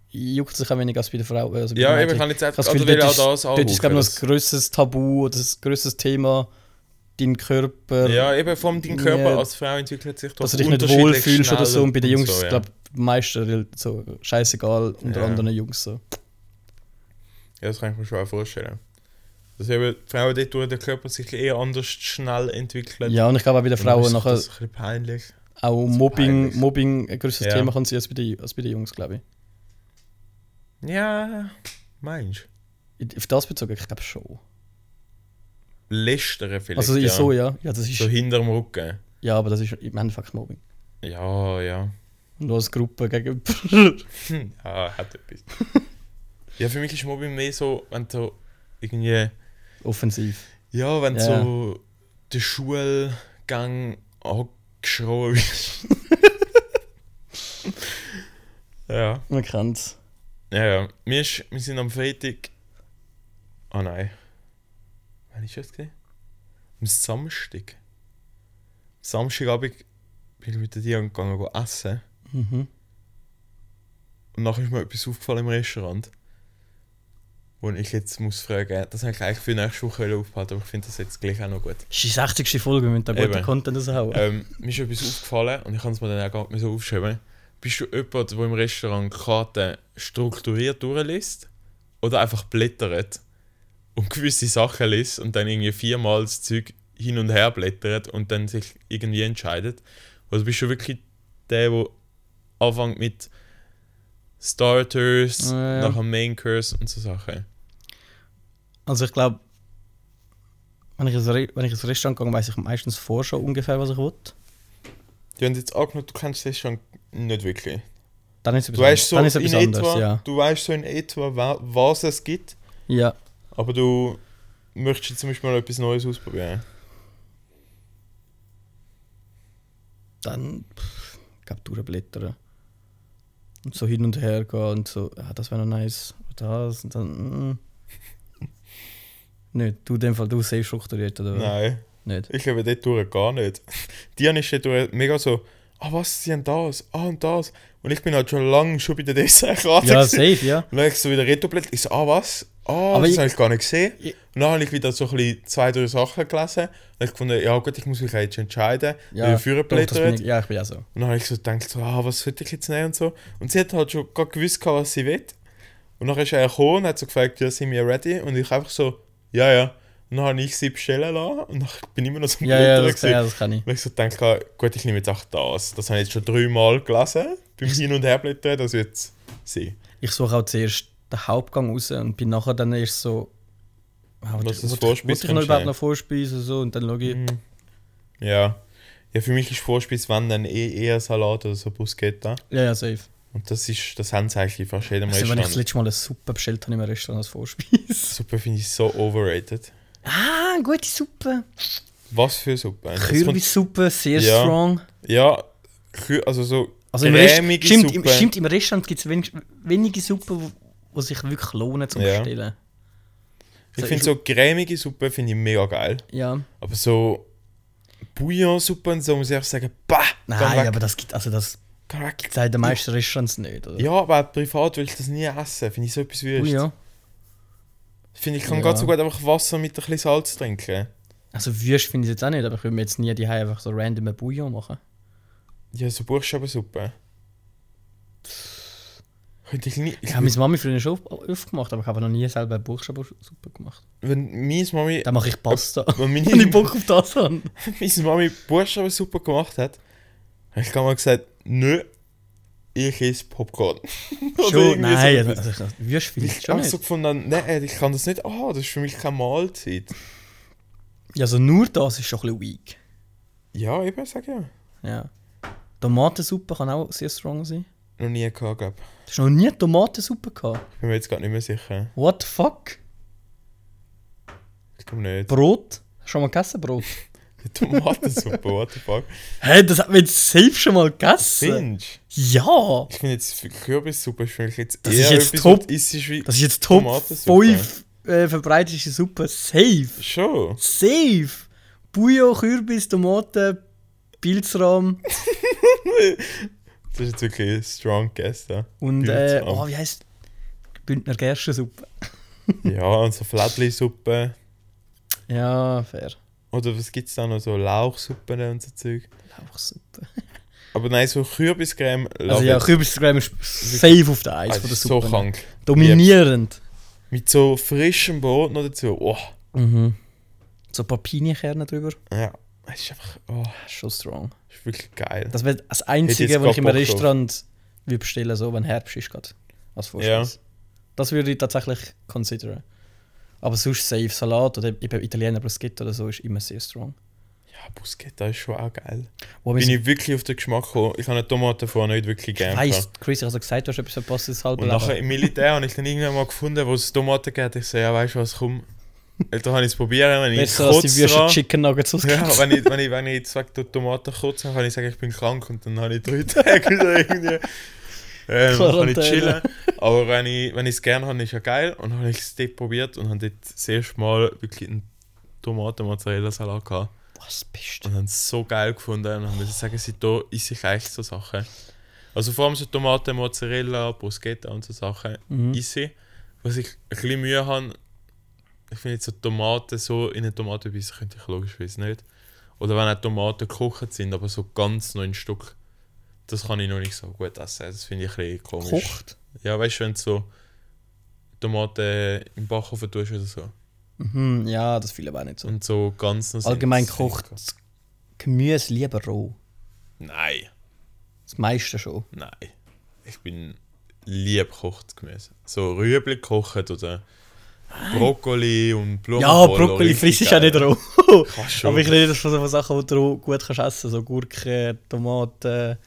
Speaker 2: juckt sich auch weniger als bei der Frau. Also bei
Speaker 3: Ja,
Speaker 2: den Mädchen.
Speaker 3: eben, ich kann jetzt
Speaker 2: Ich habe das
Speaker 3: einfach
Speaker 2: Gefühl,
Speaker 3: will
Speaker 2: dort ist,
Speaker 3: auch das
Speaker 2: dort ist glaube ich, noch
Speaker 3: anrufen.
Speaker 2: ein grösseres Tabu oder ein grösseres Thema, dein Körper,
Speaker 3: Ja, eben, vor allem dein Körper
Speaker 2: Ja.
Speaker 3: als Frau entwickelt sich doch
Speaker 2: dass du dich nicht
Speaker 3: unterschiedlich
Speaker 2: wohlfühlst oder
Speaker 3: schnell
Speaker 2: so. Und bei den Jungs ist
Speaker 3: so,
Speaker 2: es,
Speaker 3: ja.
Speaker 2: glaube ich, meistens so scheißegal, unter
Speaker 3: Ja.
Speaker 2: anderen Jungs so.
Speaker 3: Ja, das kann ich mir schon auch vorstellen. Dass eben die Frauen dort durch den Körper sich eher anders schnell entwickeln.
Speaker 2: Ja, und ich glaube auch bei den
Speaker 3: Und dann
Speaker 2: Frauen
Speaker 3: ist doch
Speaker 2: nachher
Speaker 3: Das ein bisschen peinlich.
Speaker 2: Auch Mobbing,
Speaker 3: peinlich.
Speaker 2: Mobbing ein größeres
Speaker 3: Ja.
Speaker 2: Thema kann sein als bei, den, als bei den Jungs, glaube
Speaker 3: Ja, meinst
Speaker 2: ich. Auf das bezogen, ich glaube schon.
Speaker 3: du? Lästern vielleicht.
Speaker 2: Also
Speaker 3: ja.
Speaker 2: so, ja. ja, das ist,
Speaker 3: So hinterm Rücken.
Speaker 2: ja, aber das ist im Endeffekt Mobbing.
Speaker 3: Ja, ja.
Speaker 2: Und als Gruppe gegenüber.
Speaker 3: Ah, hat etwas. ja, für mich ist Mobbing mehr so, wenn du irgendwie.
Speaker 2: Offensiv.
Speaker 3: Ja, wenn
Speaker 2: Ja.
Speaker 3: so der Schulgang angeschrien ist. ja.
Speaker 2: Man kennt es.
Speaker 3: Ja, ja. Wir, ist, wir sind am Freitag. Ah nein. Wann ist das gesehen? Am Samstag. Am Samstagabend bin ich mit dir gegangen go essen.
Speaker 2: Mhm.
Speaker 3: Und nachher ist mir etwas aufgefallen im Restaurant. Wo ich jetzt muss fragen, das habe ich eigentlich für nächste Woche aufgehalten, aber ich finde das jetzt gleich auch noch gut.
Speaker 2: Das ist die 60. Folge, wir müssen da guten
Speaker 3: Eben.
Speaker 2: Content raushauen.
Speaker 3: Ähm, mir ist etwas aufgefallen und ich kann es mir dann auch gar nicht mehr so aufschreiben. Bist du jemand, der im Restaurant Karten strukturiert durchliest oder einfach blättert und gewisse Sachen liest und dann irgendwie viermal das Zeug hin und her blättert und dann sich irgendwie entscheidet? Oder bist du wirklich der, der anfängt mit Starters,
Speaker 2: Ja, ja.
Speaker 3: nachher Main Curse und so Sachen?
Speaker 2: Also ich glaube, wenn ich ins Re- wenn ich ins Restaurant gehe, weiß ich meistens vorher schon ungefähr, was ich will.
Speaker 3: Die haben jetzt angenommen, du kennst das schon nicht wirklich.
Speaker 2: Dann ist es
Speaker 3: Du
Speaker 2: etwas
Speaker 3: weißt
Speaker 2: an-
Speaker 3: so
Speaker 2: dann ist
Speaker 3: in
Speaker 2: etwas anderes,
Speaker 3: etwa,
Speaker 2: ja.
Speaker 3: du weißt so in etwa, wa- was es gibt.
Speaker 2: Ja,
Speaker 3: Aber du möchtest jetzt zum Beispiel mal etwas Neues ausprobieren.
Speaker 2: dann, pff, ich glaube, durchblättern. Und so hin und her gehen und so, ah, das wäre noch nice, das und dann, mm. Nicht, du in dem Fall, du sehr strukturiert, oder?
Speaker 3: Nein,
Speaker 2: Nicht.
Speaker 3: ich glaube dort durch gar nicht. Diane ist dort durch mega so, ah was, sie haben das, ah und das. Und ich bin halt schon lange schon bei der Dessertkarte.
Speaker 2: Ja,
Speaker 3: gewesen.
Speaker 2: safe, ja.
Speaker 3: Und dann ich so wieder Retoblätter, ich so, ah was, ah,
Speaker 2: Aber
Speaker 3: das
Speaker 2: ich-
Speaker 3: habe ich gar nicht gesehen.
Speaker 2: ich-
Speaker 3: und dann habe ich wieder so ein bisschen zwei, drei Sachen gelesen. Und dann gefunden, ja gut, ich muss mich jetzt entscheiden. Ja,
Speaker 2: Ja,
Speaker 3: ich führe
Speaker 2: doch, das bin ich,
Speaker 3: blättert.
Speaker 2: ja, ich bin ja so.
Speaker 3: Und dann habe ich so gedacht, so, ah, was sollte ich jetzt nehmen und so. Und sie hat halt schon gar gewusst, gehabt, was sie will. Und dann ist er gekommen und hat so gefragt, ja, sind wir ready? Und ich einfach so, ja, ja. Und dann habe ich sie bestellen lassen und dann bin ich immer noch so am
Speaker 2: Ja, ja,
Speaker 3: Blättern
Speaker 2: das,
Speaker 3: gewesen.
Speaker 2: ja, das kann ich.
Speaker 3: Und ich so gedacht, habe, gut, ich nehme jetzt auch das. Das habe ich jetzt schon dreimal gelesen. Beim Hin- und Herblättern, das wird es sein.
Speaker 2: ich suche auch zuerst den Hauptgang raus und bin nachher dann erst so. Ah,
Speaker 3: Was
Speaker 2: will-
Speaker 3: das Mhm.
Speaker 2: will-
Speaker 3: Vorspeis
Speaker 2: will ich noch
Speaker 3: kannst
Speaker 2: überhaupt
Speaker 3: du
Speaker 2: noch vorspeisen und so und dann schaue ich.
Speaker 3: Ja. Ja, für mich ist Vorspeis, wenn, dann eh eher Salat oder so Bruschetta.
Speaker 2: Ja, ja, safe.
Speaker 3: Und das ist, das haben sie eigentlich in fast jedem
Speaker 2: Also, wenn ich das
Speaker 3: Restaurant.
Speaker 2: letzte Mal eine Suppe bestellt habe im Restaurant als Vorspeis.
Speaker 3: Suppe finde ich so overrated.
Speaker 2: ah, gute Suppe.
Speaker 3: Was für Suppe? Das kommt-
Speaker 2: Kürbissuppe, sehr
Speaker 3: Ja.
Speaker 2: strong.
Speaker 3: Ja, Kü- also so
Speaker 2: Also im Rest,
Speaker 3: cremige
Speaker 2: stimmt, im,
Speaker 3: Suppe.
Speaker 2: stimmt, im Restaurant gibt es wenig, wenige Suppen, wo, wo sich wirklich lohnen zum
Speaker 3: Ja.
Speaker 2: Bestellen.
Speaker 3: Ich finde so cremige Suppe finde ich mega geil.
Speaker 2: Ja.
Speaker 3: Aber so Bouillon-Suppe und so muss ich auch sagen, bah! geh
Speaker 2: Nein,
Speaker 3: weg,
Speaker 2: aber das gibt also das
Speaker 3: geh weg.
Speaker 2: sagen die meisten Restaurants nicht, oder?
Speaker 3: Ja, aber auch privat will ich das nie essen. Finde ich so etwas
Speaker 2: Ui,
Speaker 3: wüst.
Speaker 2: Oh ja.
Speaker 3: Finde ich kann
Speaker 2: Ja.
Speaker 3: ganz so gut einfach Wasser mit ein bisschen Salz trinken.
Speaker 2: Also Würst finde ich jetzt auch nicht, aber ich würde mir jetzt nie die einfach so random ein Bouillon machen.
Speaker 3: Ja, so Buchstabensuppe. Könnte ich nicht. Ich
Speaker 2: Ich habe meine Mami früher schon auf- aufgemacht, aber ich habe noch nie selber eine Buchstabensuppe gemacht.
Speaker 3: wenn meine Mami,
Speaker 2: Dann mache ich Pasta.
Speaker 3: wenn
Speaker 2: Wenn ich
Speaker 3: meine,
Speaker 2: Bock auf das habe.
Speaker 3: meine Mami Buchstabensuppe gemacht hat, habe ich mal gesagt, nö, ich esse Popcorn. Oder
Speaker 2: Schon?
Speaker 3: irgendwie so
Speaker 2: Nein,
Speaker 3: etwas.
Speaker 2: also ich dachte, Würst finde ich
Speaker 3: Ich
Speaker 2: schon
Speaker 3: habe so
Speaker 2: nicht.
Speaker 3: gefunden, nein, ich kann das nicht. Ah, das ist für mich keine Mahlzeit.
Speaker 2: Ja, also nur das ist schon ein bisschen weak.
Speaker 3: Ja, eben, sag ja.
Speaker 2: Ja. Tomatensuppe kann auch sehr strong sein.
Speaker 3: Noch nie gehabt, glaube ich.
Speaker 2: Hast du noch nie Tomatensuppe gehabt?
Speaker 3: Ich bin mir jetzt gerade nicht mehr sicher.
Speaker 2: What the fuck?
Speaker 3: Ich glaube nicht.
Speaker 2: Brot? Hast du schon mal gegessen, Brot?
Speaker 3: Die Tomatensuppe, what the fuck.
Speaker 2: Hä, das hat man jetzt safe schon mal gegessen?
Speaker 3: Finch.
Speaker 2: Ja!
Speaker 3: Ich finde jetzt für Kürbissuppe ist für mich jetzt
Speaker 2: Das ist
Speaker 3: eher
Speaker 2: jetzt
Speaker 3: etwas,
Speaker 2: top.
Speaker 3: was Ist wie
Speaker 2: Das ist jetzt Top
Speaker 3: Tomatensuppe.
Speaker 2: 5 äh, verbreitete Suppe. Safe!
Speaker 3: Schon.
Speaker 2: Safe! Bouillon, Kürbis, Tomaten, Pilzrahm
Speaker 3: Das ist jetzt wirklich ein strong guess, da.
Speaker 2: und äh,
Speaker 3: Pilzrahm.
Speaker 2: oh, wie heisst Bündner Gerstensuppe.
Speaker 3: Ja, und so Flätli-Suppe.
Speaker 2: Ja, fair.
Speaker 3: Oder was gibt es da noch? So Lauchsuppen und so Zeug.
Speaker 2: Lauchsuppe.
Speaker 3: Aber nein, so Kürbiscreme.
Speaker 2: Also
Speaker 3: love
Speaker 2: ja,
Speaker 3: it.
Speaker 2: Kürbiscreme ist safe auf der Eis
Speaker 3: Ah,
Speaker 2: von
Speaker 3: das
Speaker 2: der
Speaker 3: ist so
Speaker 4: ne?
Speaker 2: Suppe.
Speaker 3: krank.
Speaker 2: Dominierend.
Speaker 3: Mit so frischem Brot noch dazu. Oh.
Speaker 2: So ein paar Pinienkerne drüber.
Speaker 3: Ja. Es ist einfach, oh,
Speaker 4: Schon strong.
Speaker 3: es ist wirklich geil.
Speaker 4: Das wäre das
Speaker 3: jetzt
Speaker 4: Einzige, was ich im
Speaker 3: gerade Bock drauf.
Speaker 4: Restaurant würde bestellen, so wenn Herbst ist gerade. Als Vorspeise. Das würde ich tatsächlich consideren. Aber sonst safe Salat oder eben Italiener Bruschetta oder so ist immer sehr strong.
Speaker 3: ja, Bruschetta ist schon auch geil.
Speaker 4: Wo
Speaker 3: Bin
Speaker 4: ich
Speaker 3: ich wirklich auf den Geschmack gekommen. Ich habe eine Tomate vorher nicht wirklich gern
Speaker 4: weiss,
Speaker 3: gehabt.
Speaker 4: Chris, ich habe also gesagt, du hast etwas verpasst, das halbe
Speaker 3: Und nachher
Speaker 4: Leben.
Speaker 3: im Militär habe ich dann irgendwann mal gefunden, wo es Tomaten gibt. Ich so, ja, weißt du was, komm. Äh, Da habe ich es probieren, wenn ich
Speaker 4: Besser als die
Speaker 3: kurz
Speaker 4: Würste
Speaker 3: dran-
Speaker 4: Chicken Nuggets ausgibt.
Speaker 3: Ja, wenn ich, wenn ich, wenn ich zwei Tomaten kurz habe, kann ich sagen, ich bin krank und dann habe ich drei Tage wieder irgendwie. Ähm, kann ich
Speaker 4: Quarantäne.
Speaker 3: chillen. Aber wenn ich wenn ich es gerne habe, ist ja geil. Und dann habe ich es dort probiert und habe dort das erste Mal wirklich einen Tomaten-Mozzarella-Salat gehabt.
Speaker 4: Was bist du?
Speaker 3: Und habe es so geil gefunden. Und dann muss ich sagen, seitdem esse ich eigentlich so Sachen. Also vor allem so Tomaten, Mozzarella, Bruschetta und so Sachen mhm. esse ich. Was ich ein bisschen Mühe habe, ich finde jetzt so Tomaten so in eine Tomate bissen könnte ich logischerweise nicht. Oder wenn auch Tomaten gekocht sind, aber so ganz noch in Stück. Das kann ich noch nicht so gut essen. Das finde ich ein bisschen komisch.
Speaker 4: Kocht?
Speaker 3: Ja, weißt du, wenn du so Tomaten im Backofen tust oder so.
Speaker 4: Mhm, ja, das fühle ich aber auch nicht so.
Speaker 3: Und so ganz noch sind,
Speaker 4: Allgemein
Speaker 3: das finde ich-
Speaker 4: kocht Gemüse lieber roh.
Speaker 3: Nein.
Speaker 4: Das meiste schon.
Speaker 3: Nein. Ich bin lieb gekochtes Gemüse. So Rüebli gekocht oder Brokkoli und Blumenkohl.
Speaker 2: Ja,
Speaker 3: auch
Speaker 2: Brokkoli
Speaker 3: richtig
Speaker 2: frisst ist auch
Speaker 3: geil.
Speaker 2: nicht roh.
Speaker 3: Kannst schon.
Speaker 2: Aber ich rede jetzt von so von Sachen, die du gut kannst essen So Gurken, Tomaten,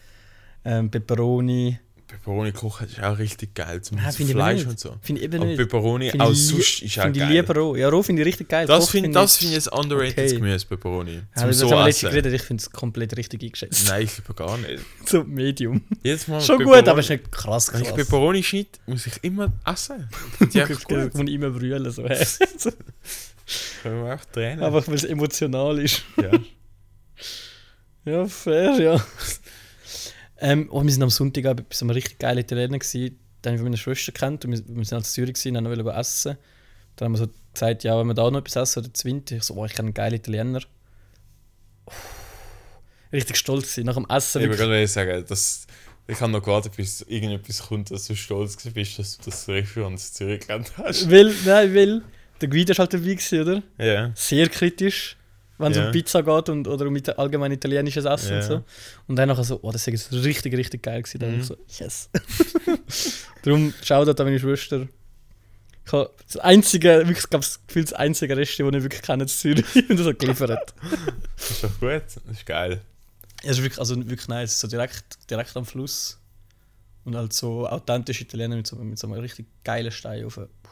Speaker 2: ähm, Peperoni.
Speaker 3: Peperoni kochen ist auch richtig geil. Zum
Speaker 2: Nein,
Speaker 3: Nein,
Speaker 2: finde ich
Speaker 3: Fleisch
Speaker 2: nicht.
Speaker 3: und so.
Speaker 2: Finde ich eben
Speaker 3: Aber
Speaker 2: nicht.
Speaker 3: Peperoni
Speaker 2: Finde
Speaker 3: auch
Speaker 2: ich lie-
Speaker 3: sonst ist auch
Speaker 2: Finde ich
Speaker 3: geil.
Speaker 2: lieber roh. Ja, roh finde ich richtig geil.
Speaker 3: Das
Speaker 2: Kocht
Speaker 3: finde das
Speaker 2: ich-
Speaker 3: find ich ein underrated
Speaker 2: Okay.
Speaker 3: Gemüse, Peperoni.
Speaker 2: Ja,
Speaker 3: Zum
Speaker 2: Also, das
Speaker 3: so
Speaker 2: haben wir letztens
Speaker 3: essen.
Speaker 2: geredet, ich finde es komplett richtig eingeschätzt.
Speaker 3: Nein, ich lieber gar nicht.
Speaker 2: So Medium.
Speaker 3: Jedes Mal, wenn
Speaker 2: Schon
Speaker 3: ich
Speaker 2: gut,
Speaker 3: Peperoni-
Speaker 2: aber es ist nicht krass
Speaker 3: Wenn
Speaker 2: krass.
Speaker 3: ich Peperoni schneide, muss ich immer essen. Die
Speaker 2: Das
Speaker 3: einfach gut.
Speaker 2: muss ich immer brüllen. So. hä?
Speaker 3: Können wir auch Tränen.
Speaker 2: Einfach weil es emotional ist.
Speaker 3: ja.
Speaker 2: Ja, fair, ja. ähm, oh, wir sind am Sonntag auch bei so einem richtig geilen Italiener gewesen, den ich von meiner Schwester kennt. Und wir, wir sind als Zürich gewesen, haben noch wollen essen. Dann haben wir so gesagt, ja, wenn wir da noch etwas essen oder Zwinter. Ich so, oh, ich kenne einen geilen Italiener. Richtig stolz gewesen. Nach dem Essen
Speaker 3: Ich
Speaker 2: wirklich.
Speaker 3: kann nur sagen, dass ich habe noch gewartet, bis irgendetwas kommt, dass du stolz gewesen bist, dass du das Restaurant in Zürich gelernt hast.
Speaker 2: Will, nein, will. Der Guido ist halt dabei gewesen, oder?
Speaker 3: Ja.
Speaker 2: sehr kritisch, wenn es
Speaker 3: Ja.
Speaker 2: um Pizza geht und, oder um ita- allgemein italienisches Essen
Speaker 3: Ja.
Speaker 2: und so. Und dann nachher so, oh, das ist jetzt richtig, richtig geil gewesen. Dann
Speaker 3: Mhm.
Speaker 2: ich so, yes. Darum, schau da meine Schwester. Ich habe das einzige, wirklich, ich glaube, das Gefühl, das einzige Reste, das ich wirklich kenne, in Zürich. Und das hat geliefert.
Speaker 3: Das ist doch gut. Das ist geil.
Speaker 2: Es ist wirklich, also wirklich nice, so direkt, direkt am Fluss. Und halt so authentisch Italiener mit so, mit so einem richtig geilen Stein auf. eine- Puh,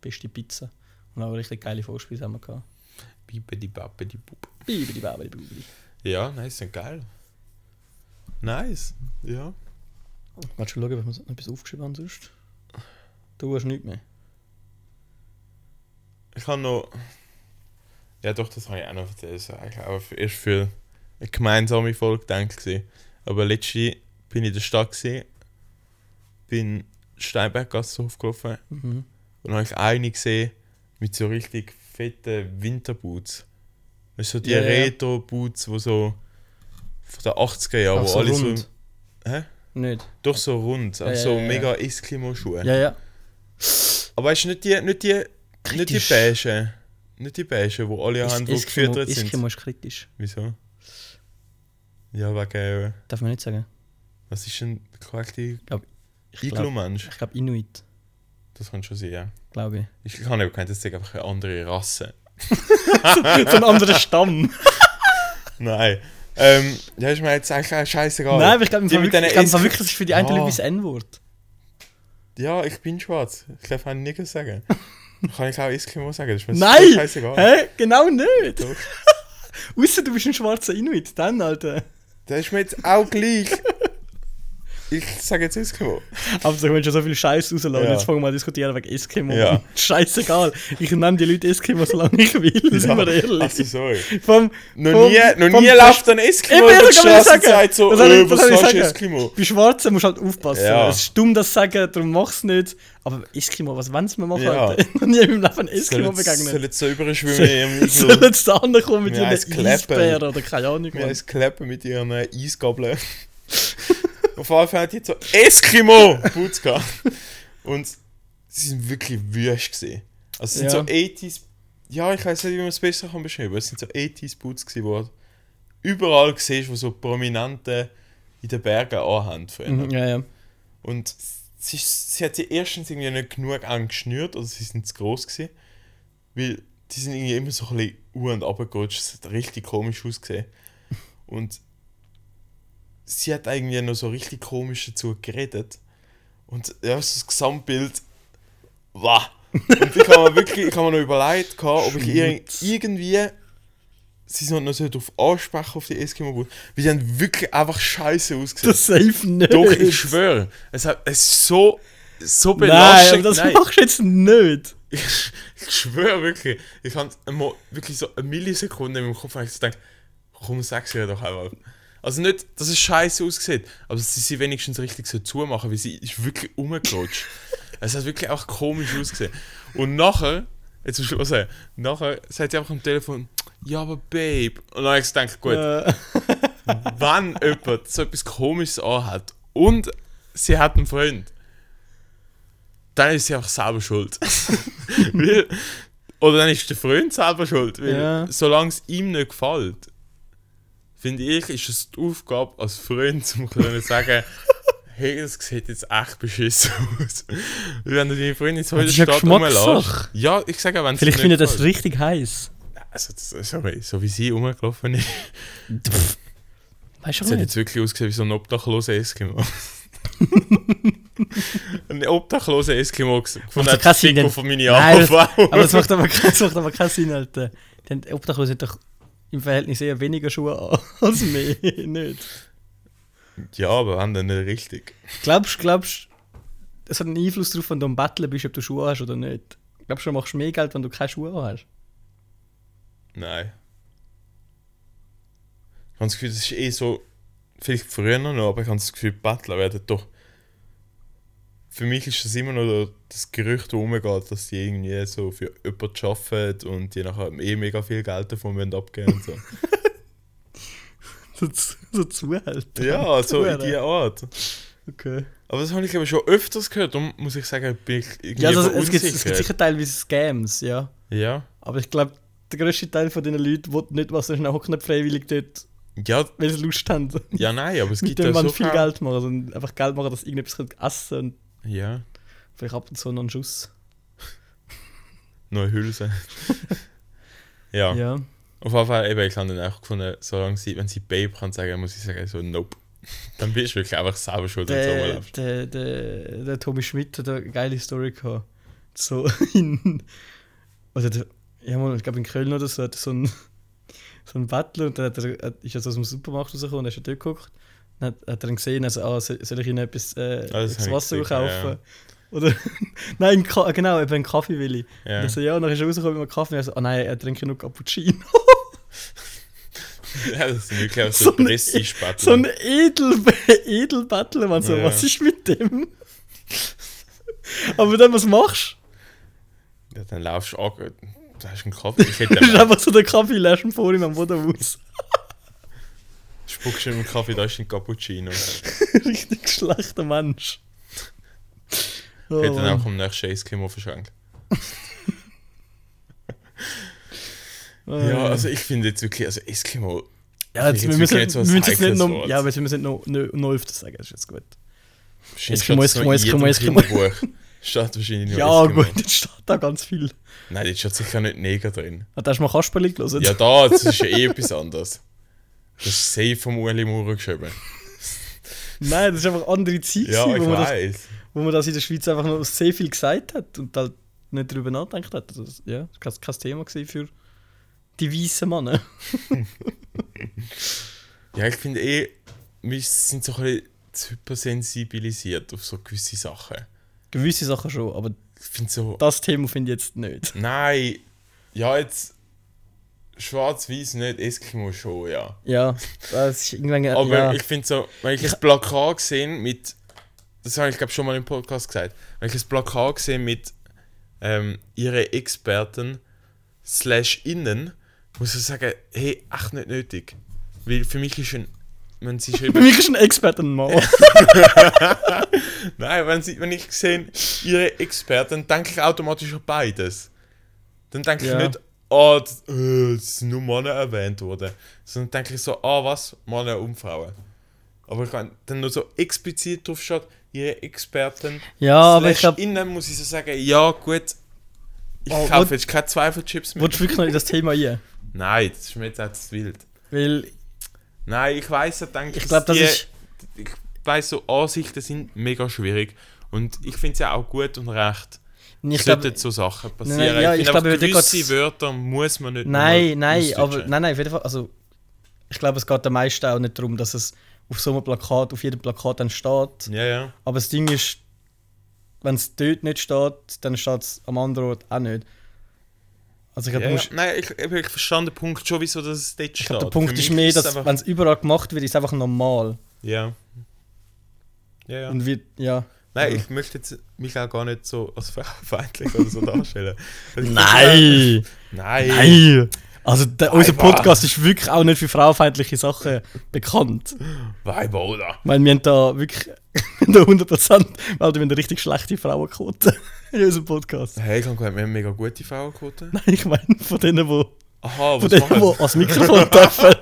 Speaker 2: Beste Pizza. Und auch eine richtig geile Vorspeise haben wir gehabt.
Speaker 3: Bibidi babidi bub.
Speaker 2: Bibidi, babidi, bubidi.
Speaker 3: Ja, nice und geil. Nice. Ja.
Speaker 2: Warte, schon schauen, ob wir noch etwas aufgeschrieben haben sonst. Du hast nichts mehr.
Speaker 3: Ich habe noch. Ja, doch, das habe ich auch noch erzählen. sollen. Ich habe für- erst für eine gemeinsame Folge gedacht. gewesen. Aber letztens bin ich in der Stadt, gewesen, bin Steinberggasthof gelaufen
Speaker 2: Mhm.
Speaker 3: Und dann habe ich eine gesehen mit so richtig fetten Winterboots. Weißt du, so die
Speaker 2: Ja, ja.
Speaker 3: Retro-Boots, die so von den 80er Jahren,
Speaker 2: Ach,
Speaker 3: wo
Speaker 2: so
Speaker 3: alle so.
Speaker 2: rund.
Speaker 3: Hä?
Speaker 2: Nicht?
Speaker 3: Doch so rund, also
Speaker 2: ja,
Speaker 3: so
Speaker 2: ja, ja.
Speaker 3: mega Eskimo-Schuhe.
Speaker 2: Ja, ja.
Speaker 3: Aber weißt du, nicht die, nicht die, nicht die
Speaker 2: Kritisch.
Speaker 3: Beige. Nicht die Beige, die alle haben, die gefüttert
Speaker 2: Eskimo
Speaker 3: sind.
Speaker 2: ist kritisch.
Speaker 3: Wieso? Ja, wegen. äh,
Speaker 2: Darf man nicht sagen.
Speaker 3: Was ist denn der korrekte
Speaker 2: Ich glaube
Speaker 3: Iglo-Mensch?
Speaker 2: glaub Inuit,
Speaker 3: Das kann schon sein, ja.
Speaker 2: glaube ich.
Speaker 3: Ich kann nicht sagen, das ist einfach eine andere Rasse.
Speaker 2: so ein anderer Stamm.
Speaker 3: Nein. Ähm, ja, ist mir jetzt eigentlich scheißegal.
Speaker 2: Nein, aber ich glaube,
Speaker 3: Die mit Ah.
Speaker 2: glaub,
Speaker 3: diesen
Speaker 2: ich glaub, im Fall
Speaker 3: Esk-
Speaker 2: wirklich, das ist für die einen
Speaker 3: Ja.
Speaker 2: Leute wie das N-Wort.
Speaker 3: Ja, ich bin schwarz. Ich darf auch nirgends sagen. Kann ich auch Eskimo sagen? Das ist mir so
Speaker 2: Nein!
Speaker 3: scheißegal.
Speaker 2: Hä? Genau nicht!
Speaker 3: Doch.
Speaker 2: Außer du bist ein schwarzer Inuit, dann, Alter.
Speaker 3: Das ist mir jetzt auch gleich. Ich sage jetzt Eskimo.
Speaker 2: Aber so können schon so viel Scheiß rauslassen.
Speaker 3: Ja.
Speaker 2: Jetzt fangen wir mal diskutieren wegen Eskimo.
Speaker 3: Ja.
Speaker 2: Scheißegal. Ich nenne die Leute Eskimo, solange ich will, sind wir ehrlich.
Speaker 3: Also, sorry.
Speaker 2: Vom,
Speaker 3: Noch
Speaker 2: vom-
Speaker 3: nie, noch
Speaker 2: vom
Speaker 3: nie läuft ein Eskimo
Speaker 2: Eben,
Speaker 3: über die
Speaker 2: das kann ich
Speaker 3: Straße und
Speaker 2: sagen.
Speaker 3: sagt so,
Speaker 2: Das soll ich-
Speaker 3: äh,
Speaker 2: das
Speaker 3: was
Speaker 2: soll ich
Speaker 3: sagst du
Speaker 2: sagen.
Speaker 3: Eskimo?
Speaker 2: Bei Schwarzen musst du halt aufpassen.
Speaker 3: Ja.
Speaker 2: Es ist dumm, das zu sagen, darum mach's nicht. Aber Eskimo, was wollen sie mir machen?
Speaker 3: Ja.
Speaker 2: Alter? Ich hab noch nie in meinem Leben einen Eskimo
Speaker 3: Soll jetzt, soll
Speaker 2: begegnet.
Speaker 3: jetzt so überschwimmen
Speaker 2: Sollen
Speaker 3: im Soll
Speaker 2: jetzt da ankommen mit
Speaker 3: Mir
Speaker 2: ihren
Speaker 3: eins klappen.
Speaker 2: Eisbären oder keine Ahnung.
Speaker 3: Mir
Speaker 2: Mann.
Speaker 3: eins klappen mit ihren äh, Eisgabeln. Auf jeden Fall hat die jetzt so Eskimo Boots gehabt. Und sie sind wirklich wüst gesehen. Also es sind
Speaker 2: Ja.
Speaker 3: so 80s Ja, ich weiß nicht, wie man es besser kann beschreiben kann. Es sind so 80s Boots, gewesen, wo du überall siehst, wo so Prominente in den Bergen anhaben. früher.
Speaker 2: Mhm, ja, ja.
Speaker 3: Und sie, sie hat sie erstens irgendwie nicht genug angeschnürt oder sie sind zu groß gewesen, weil die sind irgendwie immer so ein bisschen u und abgerutscht. Es hat richtig komisch ausgesehen. Und sie hat irgendwie noch so richtig komisch dazu geredet. Und ja, so das Gesamtbild. Wah! Und ich habe mir wirklich ich habe mir noch überlegt, gehabt, ob ich ihr irgendwie. Sie sind halt noch so darauf ansprechen auf die Eskimo-Boot. Weil die haben wirklich einfach scheiße ausgesehen.
Speaker 2: Das safe nicht.
Speaker 3: Doch, ich schwöre. Es, hat, es ist so, so
Speaker 2: Nein, aber
Speaker 3: belastend.
Speaker 2: das
Speaker 3: Nein,
Speaker 2: machst du jetzt nicht.
Speaker 3: ich, ich schwöre wirklich. Ich habe einmal wirklich so eine Millisekunde in meinem Kopf, als ich gedacht komm, sag's ihr doch einmal. Also nicht, dass es scheiße aussieht, aber sie sie wenigstens richtig so zumachen, weil sie ist wirklich rumgerutscht. es hat wirklich auch komisch ausgesehen. Und nachher, jetzt muss ich was sagen, nachher sagt sie einfach am Telefon, ja, aber Babe. Und dann habe ich gedacht, gut,
Speaker 2: Äh,
Speaker 3: wenn jemand so etwas Komisches anhat und sie hat einen Freund, dann ist sie einfach selber schuld. weil, oder dann ist der Freund selber schuld. Weil,
Speaker 2: Ja.
Speaker 3: solange es ihm nicht gefällt, finde ich, ist es die Aufgabe als Freund, um zu sagen, hey, das sieht jetzt echt beschissen aus. Weil wenn du deine Freundin so in der
Speaker 2: ist ja
Speaker 3: Stadt
Speaker 2: Geschmackssache.
Speaker 3: rumlässt. Ja, ich sage auch, wenn es
Speaker 2: Vielleicht
Speaker 3: nicht
Speaker 2: findet das
Speaker 3: gefällt.
Speaker 2: richtig heiß.
Speaker 3: Also, das- sorry, so wie sie rumgelaufen ist.
Speaker 2: Weißt du
Speaker 3: Es hat
Speaker 2: nicht?
Speaker 3: jetzt wirklich ausgesehen wie so ein obdachloser Eskimo. ein obdachloser Eskimo von
Speaker 2: Macht
Speaker 3: der
Speaker 2: doch keinen Also Sinn,
Speaker 3: Fico
Speaker 2: denn-
Speaker 3: von meiner
Speaker 2: Nein, das,
Speaker 3: Augenbrauen.
Speaker 2: aber das macht aber, das macht aber keinen Sinn, Alter. Denn Obdachlose hat doch im Verhältnis eher weniger Schuhe an als mehr. nicht.
Speaker 3: Ja, aber wenn dann nicht richtig.
Speaker 2: Glaubst du, glaubst du, es hat einen Einfluss darauf, wenn du am Betteln bist, ob du Schuhe hast oder nicht? Glaubst du, du machst mehr Geld, wenn du keine Schuhe an hast?
Speaker 3: Nein. Ich habe das Gefühl, das ist eh so, vielleicht früher noch, aber ich habe das Gefühl, Bettler werden doch... Für mich ist das immer noch das Gerücht, das rumgeht, dass die irgendwie so für jemanden arbeiten und die nachher eh mega viel Geld davon wollen abgeben und so.
Speaker 2: So, zu- so zuhalten.
Speaker 3: ja, so in
Speaker 2: Hure.
Speaker 3: die Art.
Speaker 2: Okay.
Speaker 3: Aber das habe ich glaube ich, schon öfters gehört, darum muss ich sagen, bin ich irgendwie
Speaker 2: Ja, also, es, gibt, es gibt
Speaker 3: verunsichert.
Speaker 2: sicher teilweise Scams, ja.
Speaker 3: Ja.
Speaker 2: Aber ich glaube, der grösste Teil von diesen Leuten will nicht, was sie hocken nicht freiwillig dort,
Speaker 3: ja.
Speaker 2: weil sie Lust haben.
Speaker 3: Ja, nein, aber es
Speaker 2: Mit
Speaker 3: gibt
Speaker 2: dem
Speaker 3: ja
Speaker 2: man
Speaker 3: so
Speaker 2: viel
Speaker 3: viele-
Speaker 2: Geld machen, sondern einfach Geld machen, dass sie irgendetwas können essen und
Speaker 3: Ja,
Speaker 2: vielleicht ab und zu noch einen Schuss.
Speaker 3: neue Hülse. ja.
Speaker 2: Ja.
Speaker 3: auf jeden Fall, eben, ich habe dann auch gefunden, solange sie, wenn sie Babe kann sagen, muss ich sagen, so nope. Dann bist du wirklich einfach selber schuld, wenn du
Speaker 2: Der,
Speaker 3: rumläufst.
Speaker 2: der, der, der Tommy Schmidt hat eine geile Story gehabt. So in. Also, der, ja, man, ich glaube in Köln oder so, hat so ein, so ein Battle und dann hat er, hat- ist er so aus dem Supermarkt rausgekommen und ist dort geguckt. Dann hat, hat er dann gesehen, also, ah, soll, soll ich ihnen etwas äh,
Speaker 3: Ah, das
Speaker 2: etwas
Speaker 3: hab ich
Speaker 2: Wasser
Speaker 3: gesehen,
Speaker 2: kaufen?
Speaker 3: ja.
Speaker 2: Oder, nein, einen Ka genau, eben einen Kaffee will ich.
Speaker 3: Ja.
Speaker 2: Und er so, ja, und dann ist er rausgekommen mit einem Kaffee und er so, ah nein, er trinkt ja nur Cappuccino.
Speaker 3: Ja, das sind wirklich auch so,
Speaker 2: ein-
Speaker 3: Prestigebattler.
Speaker 2: So ein edel, edel Battle, man. So,
Speaker 3: Ja.
Speaker 2: was ist mit dem? Aber dann, was machst
Speaker 3: ja, dann laufst du an, da hast du einen Kaffee. Ich
Speaker 2: du?
Speaker 3: hätte
Speaker 2: Du bist
Speaker 3: einen
Speaker 2: einfach so der Kaffee läschen vor ihm am Boden aus.
Speaker 3: Spuckst du im Kaffee, da ist ein
Speaker 2: Oh
Speaker 3: Cappuccino. Ich
Speaker 2: Richtig schlechter Mensch. Oh,
Speaker 3: hätte dann
Speaker 2: Mann.
Speaker 3: auch am nächsten Eskimo verschenkt.
Speaker 2: Ah.
Speaker 3: Ja, also ich finde jetzt wirklich, also Eskimo,
Speaker 2: ja, jetzt,
Speaker 3: jetzt
Speaker 2: wir müssen
Speaker 3: wirklich
Speaker 2: jetzt,
Speaker 3: jetzt so
Speaker 2: wir
Speaker 3: ein
Speaker 2: müssen jetzt nicht
Speaker 3: heikles
Speaker 2: noch,
Speaker 3: Wort.
Speaker 2: ja, aber jetzt, wir müssen nicht noch, noch, noch öfter sagen, das ist jetzt gut.
Speaker 3: Eskimo,
Speaker 2: Eskimo,
Speaker 3: Eskimo, Eskimo,
Speaker 2: Eskimo,
Speaker 3: Eskimo. Buch. Steht wahrscheinlich nur
Speaker 2: Ja,
Speaker 3: Eskimo.
Speaker 2: gut, jetzt steht da ganz viel.
Speaker 3: Nein, jetzt steht sicher nicht Neger drin.
Speaker 2: Ah, Da hast du mal Kasperli gelesen.
Speaker 3: Ja, da, das ist ja eh etwas anderes. Das ist safe vom Ueli Maurer geschrieben.
Speaker 2: Nein, das ist einfach andere Zeit,
Speaker 3: Ja,
Speaker 2: gewesen,
Speaker 3: ich
Speaker 2: wo, man das,
Speaker 3: weiß.
Speaker 2: wo man das in der Schweiz einfach noch sehr viel gesagt hat und halt nicht darüber nachgedacht hat. Also, das- ja, das war kein Thema gewesen für die weißen Männer.
Speaker 3: Ja, ich finde eh, wir sind so ein bisschen zu hypersensibilisiert auf so gewisse Sachen.
Speaker 2: Gewisse Sachen schon, aber
Speaker 3: Ich finde so,
Speaker 2: das Thema finde ich jetzt nicht.
Speaker 3: nein, ja, jetzt schwarz-weiß nicht, Eskimo schon, ja.
Speaker 2: Ja, das ist irgendwann.
Speaker 3: Aber
Speaker 2: ja.
Speaker 3: ich finde so, wenn ich ein Plakat gesehen mit, das habe ich glaube schon mal im Podcast gesagt, wenn ich ein Plakat gesehen mit ähm, ihre Experten slash innen, muss ich sagen, hey, echt nicht nötig. Weil für mich ist ein, wenn sie
Speaker 2: Für
Speaker 3: schreiben,
Speaker 2: mich ist ein Experte ein Mann.
Speaker 3: nein, wenn, sie, wenn ich sehe, ihre Experten, denke ich automatisch an beides. Dann denke
Speaker 2: Ja.
Speaker 3: ich nicht oh, das, äh, das ist nur Männer erwähnt worden. Sondern denke ich so, ah, was? Männer und Frauen. Aber ich kann dann nur so explizit drauf schaut, ihre Experten.
Speaker 2: Ja, aber ich
Speaker 3: slash
Speaker 2: glaub-
Speaker 3: Innen muss ich so sagen, ja, gut. Ich
Speaker 2: Oh,
Speaker 3: kaufe
Speaker 2: und-
Speaker 3: jetzt keine Zweifelchips mehr.
Speaker 2: Wolltest du wirklich noch in das Thema ein?
Speaker 3: Nein, das ist mir jetzt auch zu wild.
Speaker 2: Weil
Speaker 3: Nein, ich weiß, ich denke,
Speaker 2: ich glaube, das
Speaker 3: die-
Speaker 2: ist.
Speaker 3: ich weiß so Ansichten sind mega schwierig und ich finde es ja auch gut und recht.
Speaker 2: Ich
Speaker 3: Ich
Speaker 2: glaub,
Speaker 3: sollten so Sachen passieren.
Speaker 2: Nein, nein, ja,
Speaker 3: ich
Speaker 2: ich
Speaker 3: finde
Speaker 2: glaube,
Speaker 3: einfach,
Speaker 2: über die
Speaker 3: gewisse
Speaker 2: geht's-
Speaker 3: Wörter muss man nicht
Speaker 2: Nein,
Speaker 3: nur
Speaker 2: nein,
Speaker 3: ausdeutschen.
Speaker 2: aber nein, nein, auf jeden Fall. Also, ich glaube, es geht am meisten auch nicht darum, dass es auf so einem Plakat, auf jedem Plakat dann steht.
Speaker 3: Ja, ja.
Speaker 2: Aber das Ding ist, wenn es dort nicht steht, dann steht es am anderen Ort auch nicht. Also ich
Speaker 3: ja,
Speaker 2: glaube,
Speaker 3: ja.
Speaker 2: du musst-
Speaker 3: Nein, ich, ich, ich verstand den Punkt schon, wieso das es dort
Speaker 2: ich
Speaker 3: steht.
Speaker 2: glaub, der
Speaker 3: Für
Speaker 2: Punkt
Speaker 3: mich
Speaker 2: ist mehr, dass
Speaker 3: einfach-
Speaker 2: wenn es überall gemacht wird, ist es einfach normal.
Speaker 3: Ja. Ja, ja.
Speaker 2: Und wie, ja.
Speaker 3: Nein, ich möchte jetzt mich auch gar nicht so als frauenfeindlich oder so darstellen. Also ich- Nein!
Speaker 2: Nein! Also der, unser
Speaker 3: Weiber.
Speaker 2: Podcast ist wirklich auch nicht für frauenfeindliche Sachen bekannt.
Speaker 3: Weiber, oder?
Speaker 2: Ich meine, wir haben da wirklich wir haben da 100%, weil wir haben eine richtig schlechte Frauenquote in unserem Podcast.
Speaker 3: Hey, ganz gut, wir haben mega gute Frauenquote.
Speaker 2: Nein, ich meine von denen, die
Speaker 3: Aha,
Speaker 2: von
Speaker 3: was
Speaker 2: denen,
Speaker 3: machen
Speaker 2: die ans Mikrofon dürfen.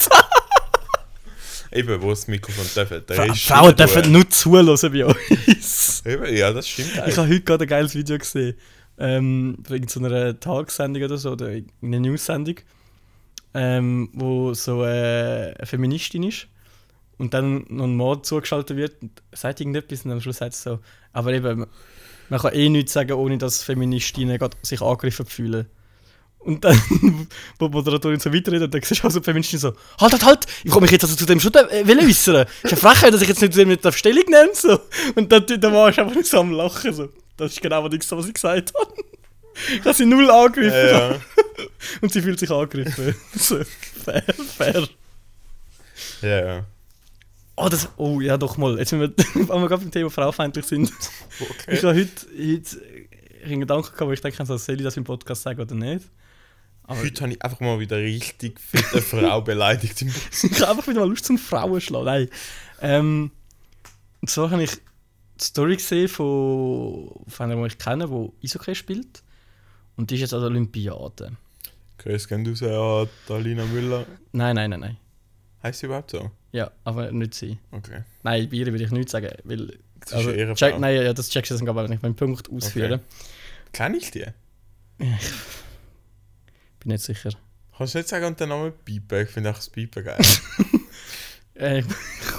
Speaker 3: Eben, wo das Mikrofon dürfen. der
Speaker 2: Fra
Speaker 3: Rest
Speaker 2: Frauen
Speaker 3: nicht
Speaker 2: dürfen
Speaker 3: tun.
Speaker 2: nur zuhören bei uns.
Speaker 3: Eben, ja, das stimmt
Speaker 2: Ich
Speaker 3: eigentlich.
Speaker 2: habe heute gerade ein geiles Video gesehen. Ähm, von irgendeiner Tagessendung oder so, oder irgendeiner News-Sendung, ähm, wo so äh, eine Feministin ist und dann noch ein Mord zugeschaltet wird und sagt irgendetwas und am Schluss sagt sie so, aber eben, man kann eh nichts sagen, ohne dass Feministinnen grad sich angegriffen fühlen. Und dann, wo die Moderatorin so weiterredet, dann siehst du auch so die Feministin so, halt, halt, halt, ich komme mich jetzt also zu dem schon äh, wollen äußern. Ist ja frech, dass ich jetzt nicht zu dem nicht auf Stellung nehme. So. Und dann tut der Mann ist einfach nur so am Lachen. So. Das ist genau nichts, was ich gesagt habe. Ich habe sie null angegriffen
Speaker 3: Ja, ja.
Speaker 2: und sie fühlt sich angegriffen. so, fair, fair.
Speaker 3: ja, ja.
Speaker 2: Oh, das, oh, ja doch mal. Jetzt, wenn wir, wenn wir gerade beim Thema frauenfeindlich sind.
Speaker 3: Okay.
Speaker 2: Ich habe heute, heute einen Gedanken gehabt, wo ich denke, soll ich das im Podcast sagen oder nicht?
Speaker 3: Heute habe ich einfach mal wieder richtig fette Frau beleidigt im Bus.
Speaker 2: ich habe einfach wieder mal Lust zum Frauen schlagen. Nein. Ähm, und zwar habe ich die Story gesehen von, von einer, die ich kenne, die Eishockey spielt. Und die ist jetzt an der Olympiade.
Speaker 3: Grüß gehen raus an Dalina Müller.
Speaker 2: Nein, nein, nein, nein.
Speaker 3: Heißt sie überhaupt so?
Speaker 2: Ja, aber nicht sie.
Speaker 3: Okay.
Speaker 2: Nein, bei ihr würde ich nichts sagen, weil... Also,
Speaker 3: Das ist ja ihre
Speaker 2: check,
Speaker 3: Frau.
Speaker 2: nein, ja, das checkst du dann gar nicht. Ich meinen Punkt ausführen.
Speaker 3: Kenn ich die?
Speaker 2: Bin nicht sicher.
Speaker 3: Kannst du nicht sagen, und den Namen Piper? Ich finde auch das Piper geil.
Speaker 2: Äh, ich